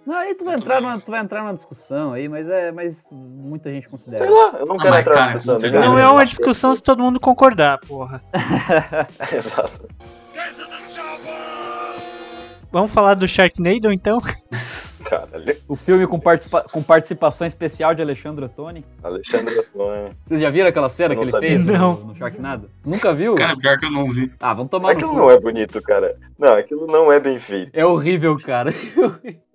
[SPEAKER 2] Não, aí tu vai entrar numa, tu vai entrar numa discussão aí, mas é, mas muita gente considera.
[SPEAKER 3] Sei lá, eu não
[SPEAKER 1] Ah,
[SPEAKER 3] quero
[SPEAKER 1] mas,
[SPEAKER 3] entrar
[SPEAKER 1] cara,
[SPEAKER 3] na discussão.
[SPEAKER 1] com
[SPEAKER 3] né?
[SPEAKER 1] certeza.
[SPEAKER 4] Não é uma discussão se todo mundo concordar, porra.
[SPEAKER 3] Exato.
[SPEAKER 4] Vamos falar do Sharknado, então?
[SPEAKER 3] Caralho.
[SPEAKER 2] O filme com, participa- com participação especial de Alexandre Ottoni.
[SPEAKER 3] Alexandre é Aslan.
[SPEAKER 2] Vocês já viram aquela cena que
[SPEAKER 3] Eu não
[SPEAKER 2] ele
[SPEAKER 3] sabia.
[SPEAKER 2] fez no-
[SPEAKER 4] Não.
[SPEAKER 2] no, Sharknado? Nunca viu?
[SPEAKER 1] Cara, pior que eu não vi.
[SPEAKER 2] ah, vamos tomar no
[SPEAKER 3] Aquilo
[SPEAKER 2] cu.
[SPEAKER 3] não é bonito, cara. Não, aquilo não é bem feito.
[SPEAKER 2] É horrível, cara.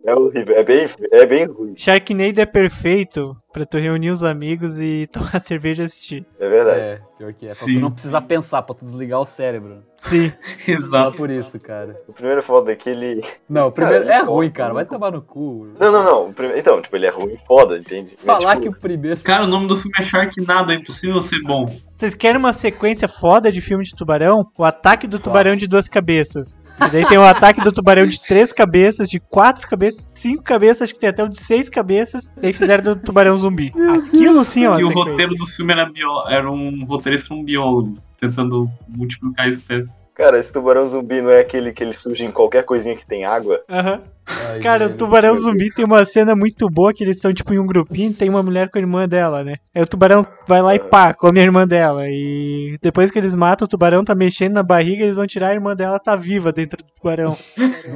[SPEAKER 3] É horrível. É bem, é bem ruim.
[SPEAKER 4] Sharknado é perfeito pra tu reunir os amigos e tomar cerveja e assistir.
[SPEAKER 3] É verdade.
[SPEAKER 2] É, pior que é. Pra
[SPEAKER 1] Sim.
[SPEAKER 2] tu não precisar pensar, pra tu desligar o cérebro.
[SPEAKER 4] Sim.
[SPEAKER 2] Só
[SPEAKER 1] Exato.
[SPEAKER 2] por isso, cara.
[SPEAKER 3] O primeiro foda é que ele.
[SPEAKER 2] Não, primeiro.
[SPEAKER 3] Cara,
[SPEAKER 2] É
[SPEAKER 3] ele
[SPEAKER 2] ruim,
[SPEAKER 3] pode-
[SPEAKER 2] cara. Vai tomar no cu.
[SPEAKER 3] Não, não, não. O prime- Então, tipo, ele é ruim foda, entende? Mas,
[SPEAKER 2] Falar que
[SPEAKER 3] tipo,
[SPEAKER 2] o primeiro.
[SPEAKER 1] Cara, o nome do filme é Sharknado, é impossível ser bom.
[SPEAKER 4] Vocês querem uma sequência foda de filme de tubarão? O ataque do tubarão de duas cabeças. E daí tem o ataque do tubarão de três cabeças, de quatro cabeças, cinco cabeças, acho que tem até o de seis cabeças. Daí fizeram do tubarão zumbi. Aquilo sim é
[SPEAKER 2] Ah,
[SPEAKER 4] uma
[SPEAKER 1] E o
[SPEAKER 4] sequência.
[SPEAKER 1] roteiro do filme era, bio... era um roteirista um biólogo, tentando multiplicar espécies.
[SPEAKER 3] Cara, esse tubarão zumbi não é aquele que ele surge em qualquer coisinha que tem água?
[SPEAKER 4] Aham.
[SPEAKER 2] Ai,
[SPEAKER 4] Cara, o
[SPEAKER 2] velho.
[SPEAKER 4] tubarão zumbi tem uma cena muito boa que eles estão tipo em um grupinho, tem uma mulher com a irmã dela, né? Aí o tubarão vai lá e pá, come a irmã dela. E depois que eles matam, o tubarão tá mexendo na barriga, eles vão tirar a irmã dela, tá viva dentro do tubarão.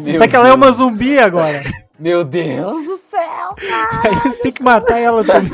[SPEAKER 2] Meu
[SPEAKER 4] Só que ela é uma
[SPEAKER 2] Deus.
[SPEAKER 4] zumbi agora.
[SPEAKER 2] Meu Deus do céu!
[SPEAKER 5] Não, não.
[SPEAKER 4] Aí você tem que matar ela também.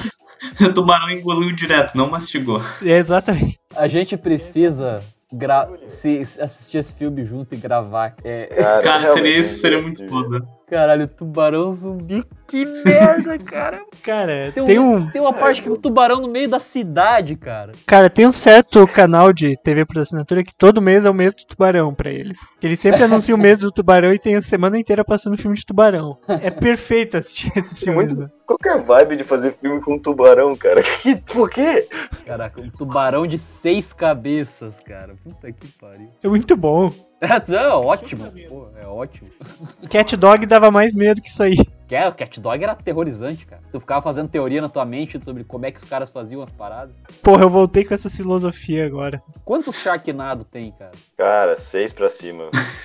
[SPEAKER 1] O tubarão engoliu direto, não mastigou.
[SPEAKER 4] É exatamente.
[SPEAKER 2] A gente precisa gra- se, se assistir esse filme junto e gravar. É,
[SPEAKER 1] Cara, seria
[SPEAKER 3] realmente,
[SPEAKER 1] isso, seria muito
[SPEAKER 3] gente,
[SPEAKER 1] foda.
[SPEAKER 2] caralho, tubarão zumbi, que merda, cara.
[SPEAKER 4] Cara,
[SPEAKER 2] Tem um-
[SPEAKER 4] tem um,
[SPEAKER 2] Tem uma parte que o tubarão no meio da cidade, cara.
[SPEAKER 4] cara, tem um certo canal de TV por assinatura que todo mês é o mês do tubarão pra eles. Eles sempre anunciam o mês do tubarão e tem a semana inteira passando filme de tubarão. É perfeito assistir esses
[SPEAKER 3] Tem
[SPEAKER 4] filmes.
[SPEAKER 3] muito-
[SPEAKER 4] né?
[SPEAKER 3] Qual que é a vibe de fazer filme com um tubarão, cara? Que- Por quê?
[SPEAKER 2] Caraca, um tubarão de seis cabeças, cara. Puta que pariu.
[SPEAKER 4] É muito bom.
[SPEAKER 2] É ótimo, pô, é ótimo.
[SPEAKER 4] Cat Dog dava mais medo que isso aí.
[SPEAKER 2] Que- é, O Cat Dog era aterrorizante, cara. Tu ficava fazendo teoria na tua mente sobre como é que os caras faziam as paradas.
[SPEAKER 4] Porra, eu voltei com essa filosofia agora.
[SPEAKER 2] Quantos Sharknado tem, cara?
[SPEAKER 3] Cara, seis pra cima.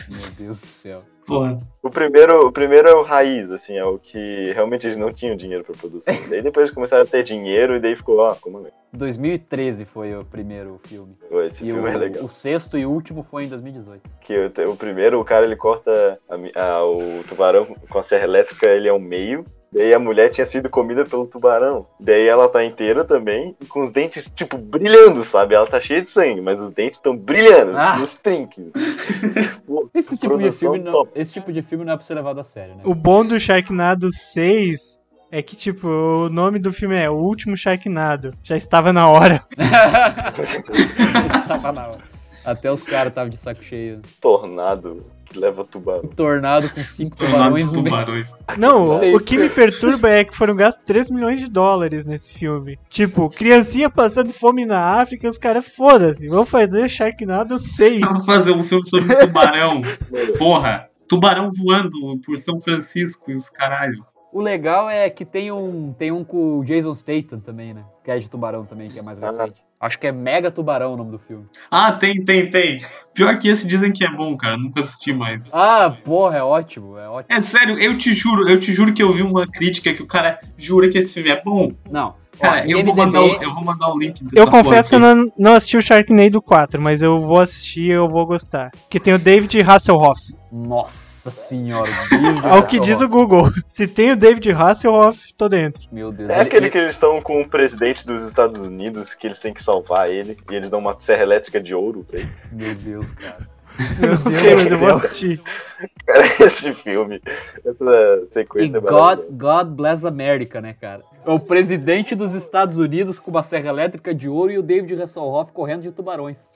[SPEAKER 2] Meu Deus do céu.
[SPEAKER 1] Porra.
[SPEAKER 3] O primeiro, o primeiro é o raiz, assim, é o que realmente eles não tinham dinheiro pra produção. Daí depois eles começaram a ter dinheiro e daí ficou, ó, como é?
[SPEAKER 2] 2013 foi o primeiro filme.
[SPEAKER 3] Pô, Esse
[SPEAKER 2] E
[SPEAKER 3] filme é
[SPEAKER 2] o,
[SPEAKER 3] legal.
[SPEAKER 2] o sexto e último foi em 2018.
[SPEAKER 3] Que o, o primeiro, o cara, ele corta a mi- a- o tubarão com a serra elétrica, ele é o meio. Daí a mulher tinha sido comida pelo tubarão. Daí ela tá inteira também, e com os dentes, tipo, brilhando, sabe? Ela tá cheia de sangue, mas os dentes estão brilhando,
[SPEAKER 2] Ah.
[SPEAKER 3] nos trinques. Pô,
[SPEAKER 2] Esse tipo, de
[SPEAKER 3] produção
[SPEAKER 2] filme não,
[SPEAKER 3] top.
[SPEAKER 2] esse tipo de filme não é pra ser levado a sério, né?
[SPEAKER 4] O bom do Sharknado 6 é que, tipo, o nome do filme é O Último Sharknado. Já estava na hora.
[SPEAKER 2] Estava na hora. Até os caras estavam de saco cheio.
[SPEAKER 3] Tornado que leva tubarão.
[SPEAKER 2] Tornado com cinco
[SPEAKER 1] Tornados
[SPEAKER 2] tubarões no meio.
[SPEAKER 1] tubarões.
[SPEAKER 4] Não, o, o que me perturba é que foram gastos 3 milhões de dólares nesse filme. Tipo, criancinha passando fome na África e os caras, foda-se, vão fazer Sharknado 6.
[SPEAKER 1] Dá pra fazer um filme sobre tubarão.
[SPEAKER 3] Mano,
[SPEAKER 1] Porra. Tubarão voando por São Francisco e os caralho.
[SPEAKER 2] O legal é que tem um, tem um com o Jason Statham também, né? Que é de tubarão também, que é mais
[SPEAKER 3] Ah.
[SPEAKER 2] recente. Acho que é Mega Tubarão o nome do filme.
[SPEAKER 1] Ah, tem, tem, tem. Pior que esse dizem que é bom, cara. Nunca assisti mais.
[SPEAKER 2] Ah, porra, é ótimo, é ótimo.
[SPEAKER 1] É sério, eu te juro, eu te juro que eu vi uma crítica que o cara jura que esse filme é bom.
[SPEAKER 2] Não.
[SPEAKER 1] Cara,
[SPEAKER 2] ó,
[SPEAKER 1] eu, vou
[SPEAKER 2] IMDb
[SPEAKER 1] mandar o, eu vou mandar o link dessa
[SPEAKER 4] Eu
[SPEAKER 1] porra
[SPEAKER 4] confesso que eu
[SPEAKER 1] aqui.
[SPEAKER 4] não, não assisti o Sharknado 4, mas eu vou assistir e eu vou gostar. Que tem o David Hasselhoff.
[SPEAKER 2] Nossa senhora. Deus do
[SPEAKER 4] Ao que
[SPEAKER 2] céu.
[SPEAKER 4] diz o Google. Se tem o David Hasselhoff, tô dentro.
[SPEAKER 2] Meu Deus.
[SPEAKER 3] É
[SPEAKER 2] ele-
[SPEAKER 3] aquele que eles estão com o presidente dos Estados Unidos que eles têm que salvar ele e eles dão uma serra elétrica de ouro pra ele.
[SPEAKER 2] Meu Deus, cara.
[SPEAKER 4] Meu
[SPEAKER 3] sei,
[SPEAKER 4] Deus, eu vou
[SPEAKER 3] meu.
[SPEAKER 4] assistir.
[SPEAKER 3] Cara, esse filme, essa
[SPEAKER 2] E
[SPEAKER 3] sequência é
[SPEAKER 2] God,
[SPEAKER 3] maravilhosa.
[SPEAKER 2] God bless America, né, cara? É o presidente dos Estados Unidos com uma serra elétrica de ouro e o David Hasselhoff correndo de tubarões.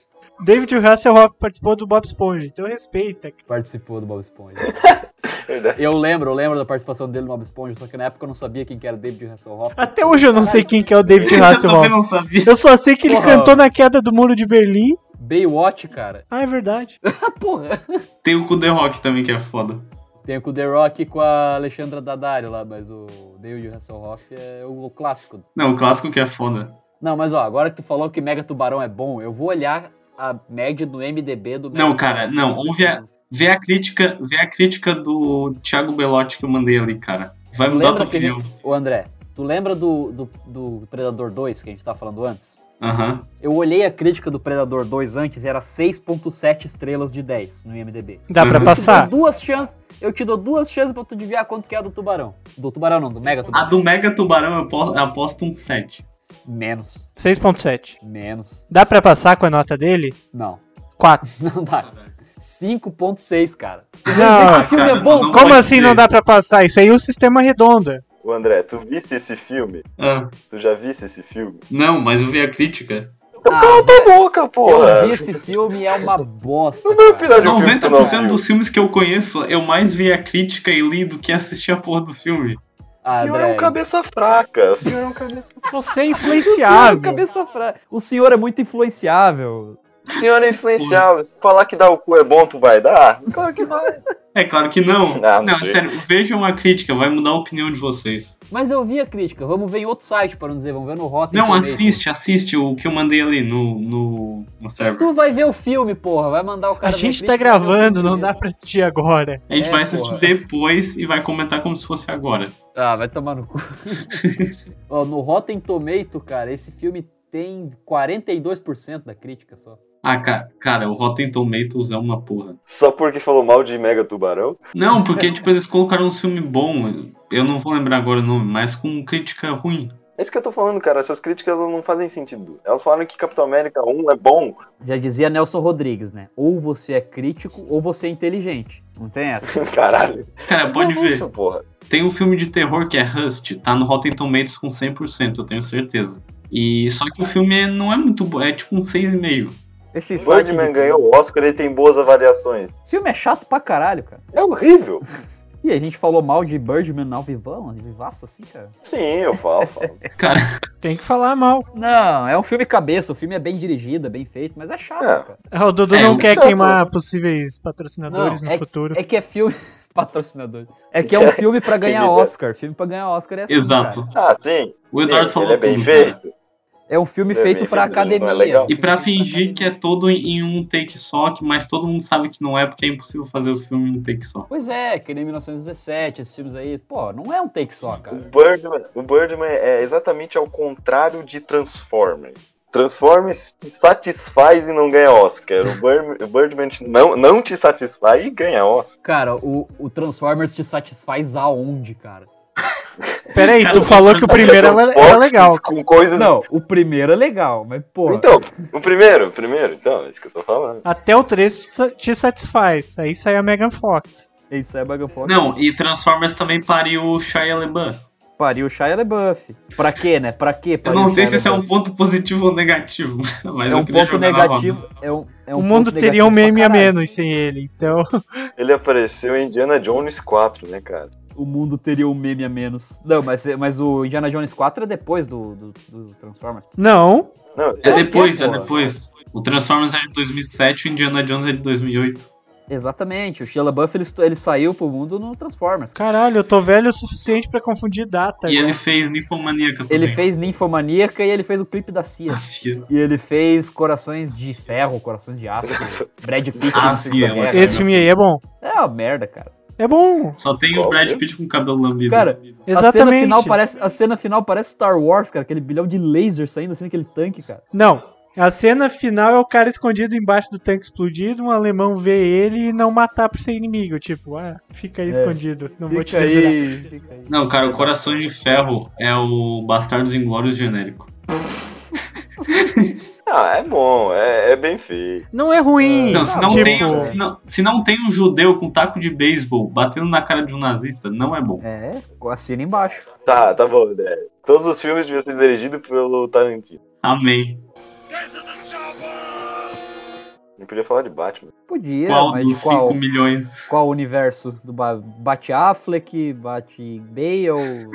[SPEAKER 4] David Hasselhoff participou do Bob Esponja, então respeita. cara.
[SPEAKER 2] Participou do Bob Esponja.
[SPEAKER 3] É Verdade.
[SPEAKER 2] Eu lembro, eu lembro da participação dele no Bob Esponja, só que na época eu não sabia quem que era David Hasselhoff.
[SPEAKER 4] Até hoje eu não sei quem que é o David
[SPEAKER 1] Eu também
[SPEAKER 4] Hasselhoff.
[SPEAKER 1] não sabia.
[SPEAKER 4] Eu só sei que ele
[SPEAKER 2] Porra.
[SPEAKER 4] cantou na queda do muro de Berlim.
[SPEAKER 2] Baywatch, cara.
[SPEAKER 4] Ah, é verdade.
[SPEAKER 2] Ah, porra.
[SPEAKER 1] Tem o com The Rock também que é foda.
[SPEAKER 2] Tem com o The Rock e com a Alexandra Daddario lá, mas o David Hasselhoff é o clássico
[SPEAKER 1] Não, o clássico que é foda.
[SPEAKER 2] Não, mas ó, agora que tu falou que Mega Tubarão é bom, eu vou olhar a média do MDB do Mega
[SPEAKER 1] Não, cara,
[SPEAKER 2] Tubarão.
[SPEAKER 1] não, ouve a- Vê a crítica, vê a crítica do Thiago Belotti que eu mandei ali, cara. Vai
[SPEAKER 2] Tu
[SPEAKER 1] mudar a tua
[SPEAKER 2] lembra que a
[SPEAKER 1] opinião.
[SPEAKER 2] gente- Ô André, tu lembra do, do, do Predador 2 que a gente tá falando antes?
[SPEAKER 1] Aham.
[SPEAKER 2] Eu olhei a crítica do Predador 2 antes e era 6.7 estrelas de 10 no IMDB.
[SPEAKER 4] Dá pra
[SPEAKER 1] Uhum.
[SPEAKER 2] Eu
[SPEAKER 4] passar?
[SPEAKER 2] te dou duas chances, eu te dou duas chances pra tu desviar quanto que é a do Tubarão. Do Tubarão não, do Mega
[SPEAKER 1] A
[SPEAKER 2] Tubarão.
[SPEAKER 1] do Mega Tubarão eu po- eu aposto um 7.
[SPEAKER 2] Menos,
[SPEAKER 4] 6.7.
[SPEAKER 2] menos,
[SPEAKER 4] Dá pra passar com a nota dele?
[SPEAKER 2] não,
[SPEAKER 4] 4.
[SPEAKER 2] não dá. 5.6, cara.
[SPEAKER 4] Ah, Não,
[SPEAKER 2] Esse filme
[SPEAKER 1] cara,
[SPEAKER 2] é bom,
[SPEAKER 1] não
[SPEAKER 4] como
[SPEAKER 1] pode
[SPEAKER 4] assim
[SPEAKER 1] ser.
[SPEAKER 4] não dá pra passar? Isso aí é um sistema redondo.
[SPEAKER 3] O André, tu viste esse filme?
[SPEAKER 1] Ah,
[SPEAKER 3] Tu já viste esse filme?
[SPEAKER 1] não, mas eu vi a crítica.
[SPEAKER 2] Ah,
[SPEAKER 3] boca,
[SPEAKER 2] Eu vi esse filme e é uma bosta.
[SPEAKER 3] Não vai
[SPEAKER 2] cara.
[SPEAKER 3] opinar de um filme que tu não
[SPEAKER 1] 90%
[SPEAKER 3] viu.
[SPEAKER 1] dos filmes que eu conheço, eu mais vi a crítica e li do que assisti a porra do filme.
[SPEAKER 2] Ah,
[SPEAKER 3] O senhor é
[SPEAKER 2] André.
[SPEAKER 3] um cabeça fraca. O senhor é um cabeça...
[SPEAKER 4] Você é
[SPEAKER 2] O senhor é um
[SPEAKER 4] influenciável.
[SPEAKER 2] cabeça fraca. O senhor é muito influenciável.
[SPEAKER 3] O senhor é influenciável. Se falar que dar o cu é bom, tu vai dar? Claro que vai.
[SPEAKER 1] É claro que não.
[SPEAKER 3] Ah,
[SPEAKER 1] não,
[SPEAKER 3] mas-
[SPEAKER 1] sério, vejam a crítica, vai mudar a opinião de vocês.
[SPEAKER 2] Mas eu vi a crítica. Vamos ver em outro site, para não dizer. Vamos ver no Rotten.
[SPEAKER 1] Não,
[SPEAKER 2] Tomatoes.
[SPEAKER 4] assim,
[SPEAKER 1] assiste, assiste o que eu mandei ali no, no, no server.
[SPEAKER 2] Tu vai ver o filme, porra. Vai mandar o cara
[SPEAKER 4] A
[SPEAKER 2] ver
[SPEAKER 4] gente
[SPEAKER 2] crítica,
[SPEAKER 4] tá gravando, não dá
[SPEAKER 2] vai ver o
[SPEAKER 4] pra assistir agora.
[SPEAKER 1] A gente
[SPEAKER 2] É,
[SPEAKER 1] vai assistir
[SPEAKER 2] porra.
[SPEAKER 1] depois e vai comentar como se fosse agora.
[SPEAKER 2] filme. Ah, vai tomar no cu. Ó, no Rotten Tomato, cara, esse filme tem 42% da crítica só.
[SPEAKER 1] Ah, cara, cara, o Rotten Tomatoes é uma porra.
[SPEAKER 3] Só porque falou mal de Mega Tubarão?
[SPEAKER 1] Não, porque tipo, eles colocaram um filme bom, eu não vou lembrar agora o nome, mas com crítica ruim.
[SPEAKER 3] É isso que eu tô falando, cara. Essas críticas elas não fazem sentido. Elas falaram que Capitão América 1 é bom.
[SPEAKER 2] Já dizia Nelson Rodrigues, né? Ou você é crítico ou você é inteligente. Não tem essa.
[SPEAKER 3] Caralho.
[SPEAKER 1] Cara, pode
[SPEAKER 3] Não,
[SPEAKER 1] ver.
[SPEAKER 3] isso, porra.
[SPEAKER 1] Tem um filme de terror que é Rust, tá no Rotten Tomatoes com 100%, eu tenho certeza. E só que o filme não é muito bom, é tipo um 6,5.
[SPEAKER 2] Esse site.
[SPEAKER 3] Birdman
[SPEAKER 2] De...
[SPEAKER 3] ganhou o Oscar, ele tem boas avaliações.
[SPEAKER 2] Filme é chato pra caralho, cara.
[SPEAKER 3] É horrível.
[SPEAKER 2] E a gente falou mal de Birdman ao vivão, ao vivaço assim, cara.
[SPEAKER 3] Sim, eu falo. falo.
[SPEAKER 4] Tem que falar mal.
[SPEAKER 2] Não, é um filme cabeça, o filme é bem dirigido, é bem feito, mas é chato,
[SPEAKER 3] É.
[SPEAKER 2] cara.
[SPEAKER 4] Ah, O Dudu
[SPEAKER 1] É,
[SPEAKER 4] não
[SPEAKER 1] eu-
[SPEAKER 4] quer
[SPEAKER 3] eu-
[SPEAKER 4] queimar possíveis patrocinadores
[SPEAKER 2] Não,
[SPEAKER 4] no futuro.
[SPEAKER 2] É que é filme. Patrocinador. É que é um filme pra ganhar
[SPEAKER 3] Entendi.
[SPEAKER 2] Oscar. Filme pra ganhar Oscar é assim,
[SPEAKER 1] Exato.
[SPEAKER 2] cara.
[SPEAKER 3] Ah, sim.
[SPEAKER 1] O
[SPEAKER 3] sim,
[SPEAKER 1] Eduardo falou
[SPEAKER 3] ele é bem
[SPEAKER 1] tudo. né? cara.
[SPEAKER 3] feito.
[SPEAKER 2] É um filme
[SPEAKER 3] É bem
[SPEAKER 2] feito pra
[SPEAKER 3] feito, não é
[SPEAKER 2] academia.
[SPEAKER 3] legal.
[SPEAKER 1] E pra
[SPEAKER 2] Filme feito
[SPEAKER 1] fingir que é
[SPEAKER 2] academia.
[SPEAKER 1] todo em em um take só, que- mas todo mundo sabe que não é, porque é impossível fazer o filme em um take só.
[SPEAKER 2] Pois é, que nem 1917, esses filmes aí. Pô, não é um take só,
[SPEAKER 3] O
[SPEAKER 2] cara.
[SPEAKER 3] Birdman, o Birdman é exatamente ao contrário de Transformers. Transformers te satisfaz e não ganha Oscar. O Birdman, o Birdman te- não, não te satisfaz e ganha Oscar.
[SPEAKER 2] Cara, o, o Transformers te satisfaz aonde, cara?
[SPEAKER 4] Peraí,
[SPEAKER 1] Cara,
[SPEAKER 4] tu
[SPEAKER 1] eu-
[SPEAKER 4] falou que o primeiro era, era legal.
[SPEAKER 3] é Com coisas.
[SPEAKER 2] Não, o primeiro é legal, mas pô.
[SPEAKER 3] Então, o primeiro, o primeiro, então, é isso que eu tô falando.
[SPEAKER 4] Até o 3 te sa- te satisfaz. Aí sai a Megan Fox.
[SPEAKER 2] Isso é Megan Fox.
[SPEAKER 1] Não, e Transformers também pariu o Shia LaBeouf.
[SPEAKER 2] Pariu o Shia LaBeouf. Pra quê, né? Pra quê?
[SPEAKER 1] Eu
[SPEAKER 2] pariu
[SPEAKER 1] não
[SPEAKER 2] o
[SPEAKER 1] sei
[SPEAKER 2] Shia
[SPEAKER 1] se isso é um
[SPEAKER 2] LaBeouf?
[SPEAKER 1] ponto positivo ou negativo, mas
[SPEAKER 2] É
[SPEAKER 1] eu
[SPEAKER 2] um
[SPEAKER 1] queria
[SPEAKER 2] ponto
[SPEAKER 1] jogar na roda.
[SPEAKER 2] negativo. É um, é um
[SPEAKER 4] o mundo
[SPEAKER 2] ponto
[SPEAKER 4] teria um
[SPEAKER 2] negativo
[SPEAKER 4] meme
[SPEAKER 2] pra
[SPEAKER 4] a
[SPEAKER 2] caralho.
[SPEAKER 4] menos sem ele. Então,
[SPEAKER 3] Ele apareceu em Indiana Jones 4, né, cara?
[SPEAKER 2] O mundo teria um meme a menos. Não, mas, mas o Indiana Jones 4 é depois do, do, do Transformers.
[SPEAKER 4] não.
[SPEAKER 3] Não,
[SPEAKER 1] É
[SPEAKER 3] sério,
[SPEAKER 1] depois, é
[SPEAKER 3] porra.
[SPEAKER 1] depois. O Transformers é de 2007 e o Indiana Jones é de 2008.
[SPEAKER 2] Exatamente. O Shia LaBeouf, ele, ele saiu pro mundo no Transformers.
[SPEAKER 4] Caralho, eu tô velho o suficiente pra confundir data.
[SPEAKER 1] E
[SPEAKER 4] né?
[SPEAKER 1] ele fez Ninfomaníaca também.
[SPEAKER 2] Tá Ele fez Ninfomaníaca e ele fez o clipe da CIA.
[SPEAKER 1] fez...
[SPEAKER 2] E ele fez Corações de Ferro, Corações de Aço, Brad Pitt
[SPEAKER 1] Ah,
[SPEAKER 2] no Segunda
[SPEAKER 1] sim, é uma
[SPEAKER 2] Guerra.
[SPEAKER 1] série.
[SPEAKER 4] Esse filme aí é bom.
[SPEAKER 2] É uma merda, cara.
[SPEAKER 4] É bom.
[SPEAKER 1] Só tem
[SPEAKER 3] Qual
[SPEAKER 1] o Brad
[SPEAKER 3] mesmo?
[SPEAKER 1] Pitt com o cabelo lambido.
[SPEAKER 2] Cara,
[SPEAKER 4] Exatamente.
[SPEAKER 2] A cena, final parece, a cena final parece Star Wars, cara. Aquele bilhão de lasers saindo assim daquele tanque, cara.
[SPEAKER 4] Não. A cena final é o cara escondido embaixo do tanque explodido, um alemão vê ele e não matar por ser inimigo. Tipo, ah, fica aí
[SPEAKER 2] É.
[SPEAKER 4] escondido, não vou te
[SPEAKER 2] Fica
[SPEAKER 4] dedurar.
[SPEAKER 2] aí, fica aí.
[SPEAKER 1] Não, cara, o Coração de Ferro é o Bastardos Inglórios genérico.
[SPEAKER 3] Ah, é bom, é, é bem feio.
[SPEAKER 4] Não é ruim.
[SPEAKER 1] Não, se não,
[SPEAKER 4] tipo,
[SPEAKER 1] tem, se, não, se não tem um judeu com taco de beisebol batendo na cara de um nazista, não é bom.
[SPEAKER 2] É, assina embaixo.
[SPEAKER 3] Tá, tá bom, né? Todos os filmes deviam ser dirigidos pelo Tarantino.
[SPEAKER 1] Amém.
[SPEAKER 3] Não podia falar de Batman.
[SPEAKER 2] Podia,
[SPEAKER 1] qual
[SPEAKER 2] mas
[SPEAKER 1] dos
[SPEAKER 2] qual?
[SPEAKER 1] 5 milhões?
[SPEAKER 2] Qual universo do ba Bate Affleck, bate Bale.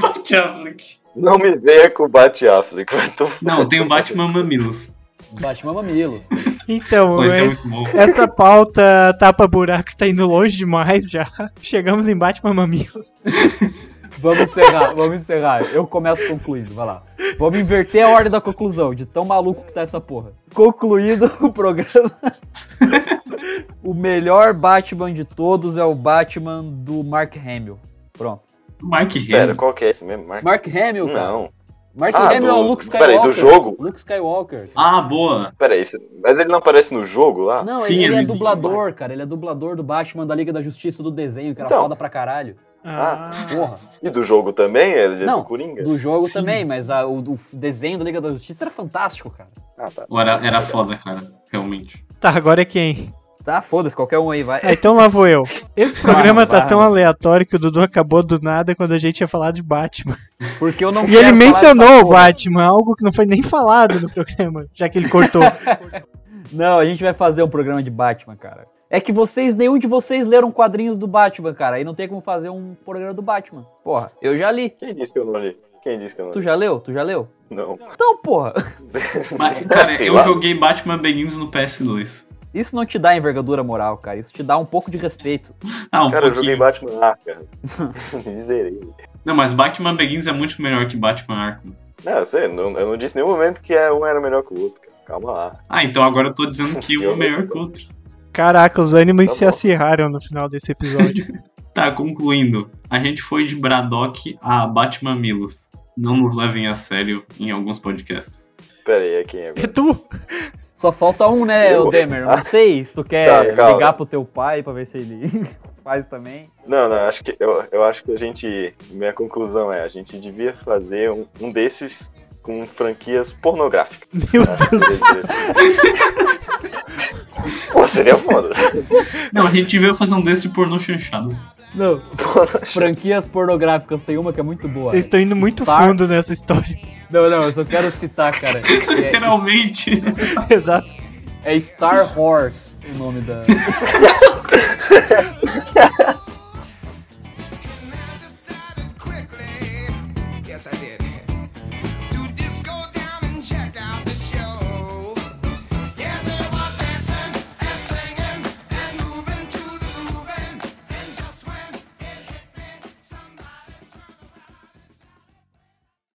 [SPEAKER 1] Bate Affleck.
[SPEAKER 3] Não me venha com o Bat Affleck, vai tu-
[SPEAKER 1] Não, tem o Batman Mamilos.
[SPEAKER 2] Batman Mamilos.
[SPEAKER 4] Então,
[SPEAKER 1] Pô, esse é
[SPEAKER 4] esse-
[SPEAKER 1] muito bom.
[SPEAKER 4] essa pauta tapa-buraco tá indo longe demais já. Chegamos em Batman Mamilos.
[SPEAKER 2] Vamos encerrar, vamos encerrar. Eu começo concluindo, vai lá. Vamos inverter a ordem da conclusão, de tão maluco que tá essa porra. Concluído o programa. o melhor Batman de todos é o Batman do Mark Hamill. Pronto.
[SPEAKER 1] Mark
[SPEAKER 3] Pera,
[SPEAKER 1] Hamill.
[SPEAKER 3] qual que é esse mesmo? Mark?
[SPEAKER 2] Mark Hamill, cara.
[SPEAKER 3] Não.
[SPEAKER 2] Mark
[SPEAKER 3] Ah,
[SPEAKER 2] Hamill é o
[SPEAKER 3] do-
[SPEAKER 2] Luke Skywalker.
[SPEAKER 3] peraí, do jogo?
[SPEAKER 2] Luke Skywalker.
[SPEAKER 1] Ah, boa.
[SPEAKER 3] Pera aí, isso- mas ele não aparece no jogo lá?
[SPEAKER 2] Não,
[SPEAKER 1] Sim,
[SPEAKER 2] ele, ele é
[SPEAKER 1] ele-
[SPEAKER 2] dublador, cara. Ele é dublador do Batman da Liga da Justiça do desenho, que era
[SPEAKER 3] Então.
[SPEAKER 2] foda pra caralho.
[SPEAKER 3] Ah.
[SPEAKER 2] Porra.
[SPEAKER 3] E do jogo também? Ele é
[SPEAKER 2] Não,
[SPEAKER 3] do Coringa?
[SPEAKER 2] Do jogo
[SPEAKER 1] Sim.
[SPEAKER 2] também, mas a- o, o desenho da Liga da Justiça era fantástico, cara.
[SPEAKER 3] Ah, tá.
[SPEAKER 1] Era, era foda, cara. Realmente.
[SPEAKER 4] Tá, agora é quem?
[SPEAKER 2] Tá, foda-se, qualquer um aí vai.
[SPEAKER 4] Ah, então lá vou eu. Esse programa
[SPEAKER 2] Ah, Vai,
[SPEAKER 4] tá
[SPEAKER 2] vai.
[SPEAKER 4] tão aleatório que o Dudu acabou do nada quando a gente ia falar de Batman.
[SPEAKER 2] Porque eu não
[SPEAKER 4] E ele
[SPEAKER 2] quero É, falar
[SPEAKER 4] mencionou
[SPEAKER 2] dessa
[SPEAKER 4] o
[SPEAKER 2] porra.
[SPEAKER 4] Batman, algo que não foi nem falado no programa, já que ele cortou.
[SPEAKER 2] Não, a gente vai fazer um programa de Batman, cara. É que vocês, nenhum de vocês leram quadrinhos do Batman, cara. Aí não tem como fazer um programa do Batman. Porra, eu já li.
[SPEAKER 3] Quem disse que eu não li? Quem disse que eu não
[SPEAKER 2] Tu
[SPEAKER 3] li?
[SPEAKER 2] já leu? Tu já leu?
[SPEAKER 3] Não.
[SPEAKER 2] Então, porra.
[SPEAKER 1] Mas, cara,
[SPEAKER 3] Sei
[SPEAKER 1] eu
[SPEAKER 3] lá.
[SPEAKER 1] joguei Batman Begins no PS2.
[SPEAKER 2] Isso não te dá envergadura moral, cara. Isso te dá um pouco de respeito.
[SPEAKER 1] Ah, um
[SPEAKER 3] Cara, eu joguei
[SPEAKER 1] pouquinho.
[SPEAKER 3] Batman lá, cara. Zerei.
[SPEAKER 1] Não, mas Batman Begins é muito melhor que Batman Arkham.
[SPEAKER 3] Não, eu sei, eu não, eu não disse em nenhum momento que é- um era melhor que o outro, cara. Calma lá.
[SPEAKER 1] Ah, então agora eu tô dizendo que um é
[SPEAKER 3] Senhor.
[SPEAKER 1] melhor que o outro.
[SPEAKER 4] Caraca, os ânimos
[SPEAKER 3] Tá
[SPEAKER 4] se
[SPEAKER 3] bom.
[SPEAKER 4] acirraram no final desse episódio.
[SPEAKER 1] Tá, concluindo. A gente foi de Braddock a Batman Milos. Não nos levem a sério em alguns podcasts.
[SPEAKER 3] Pera aí, é quem
[SPEAKER 4] É
[SPEAKER 3] agora?
[SPEAKER 4] tu?
[SPEAKER 2] Só falta um, né,
[SPEAKER 3] Eu?
[SPEAKER 2] o Demer? Não sei se tu quer
[SPEAKER 3] Tá, calma.
[SPEAKER 2] ligar pro teu pai pra ver se ele faz também.
[SPEAKER 3] Não, não, acho que, eu, eu acho que a gente. Minha conclusão é: a gente devia fazer um, um desses com franquias pornográficas.
[SPEAKER 4] Meu Deus.
[SPEAKER 3] Pô, seria foda.
[SPEAKER 1] Não, a gente veio fazer um desse de pornô chanchado.
[SPEAKER 4] Não,
[SPEAKER 2] Franquias pornográficas, tem uma que é muito boa.
[SPEAKER 4] vocês estão indo muito
[SPEAKER 2] Star-
[SPEAKER 4] fundo nessa história.
[SPEAKER 2] Não, não, eu só quero citar, cara. que é-
[SPEAKER 1] Literalmente.
[SPEAKER 4] Exato.
[SPEAKER 2] É Star Horse o nome da.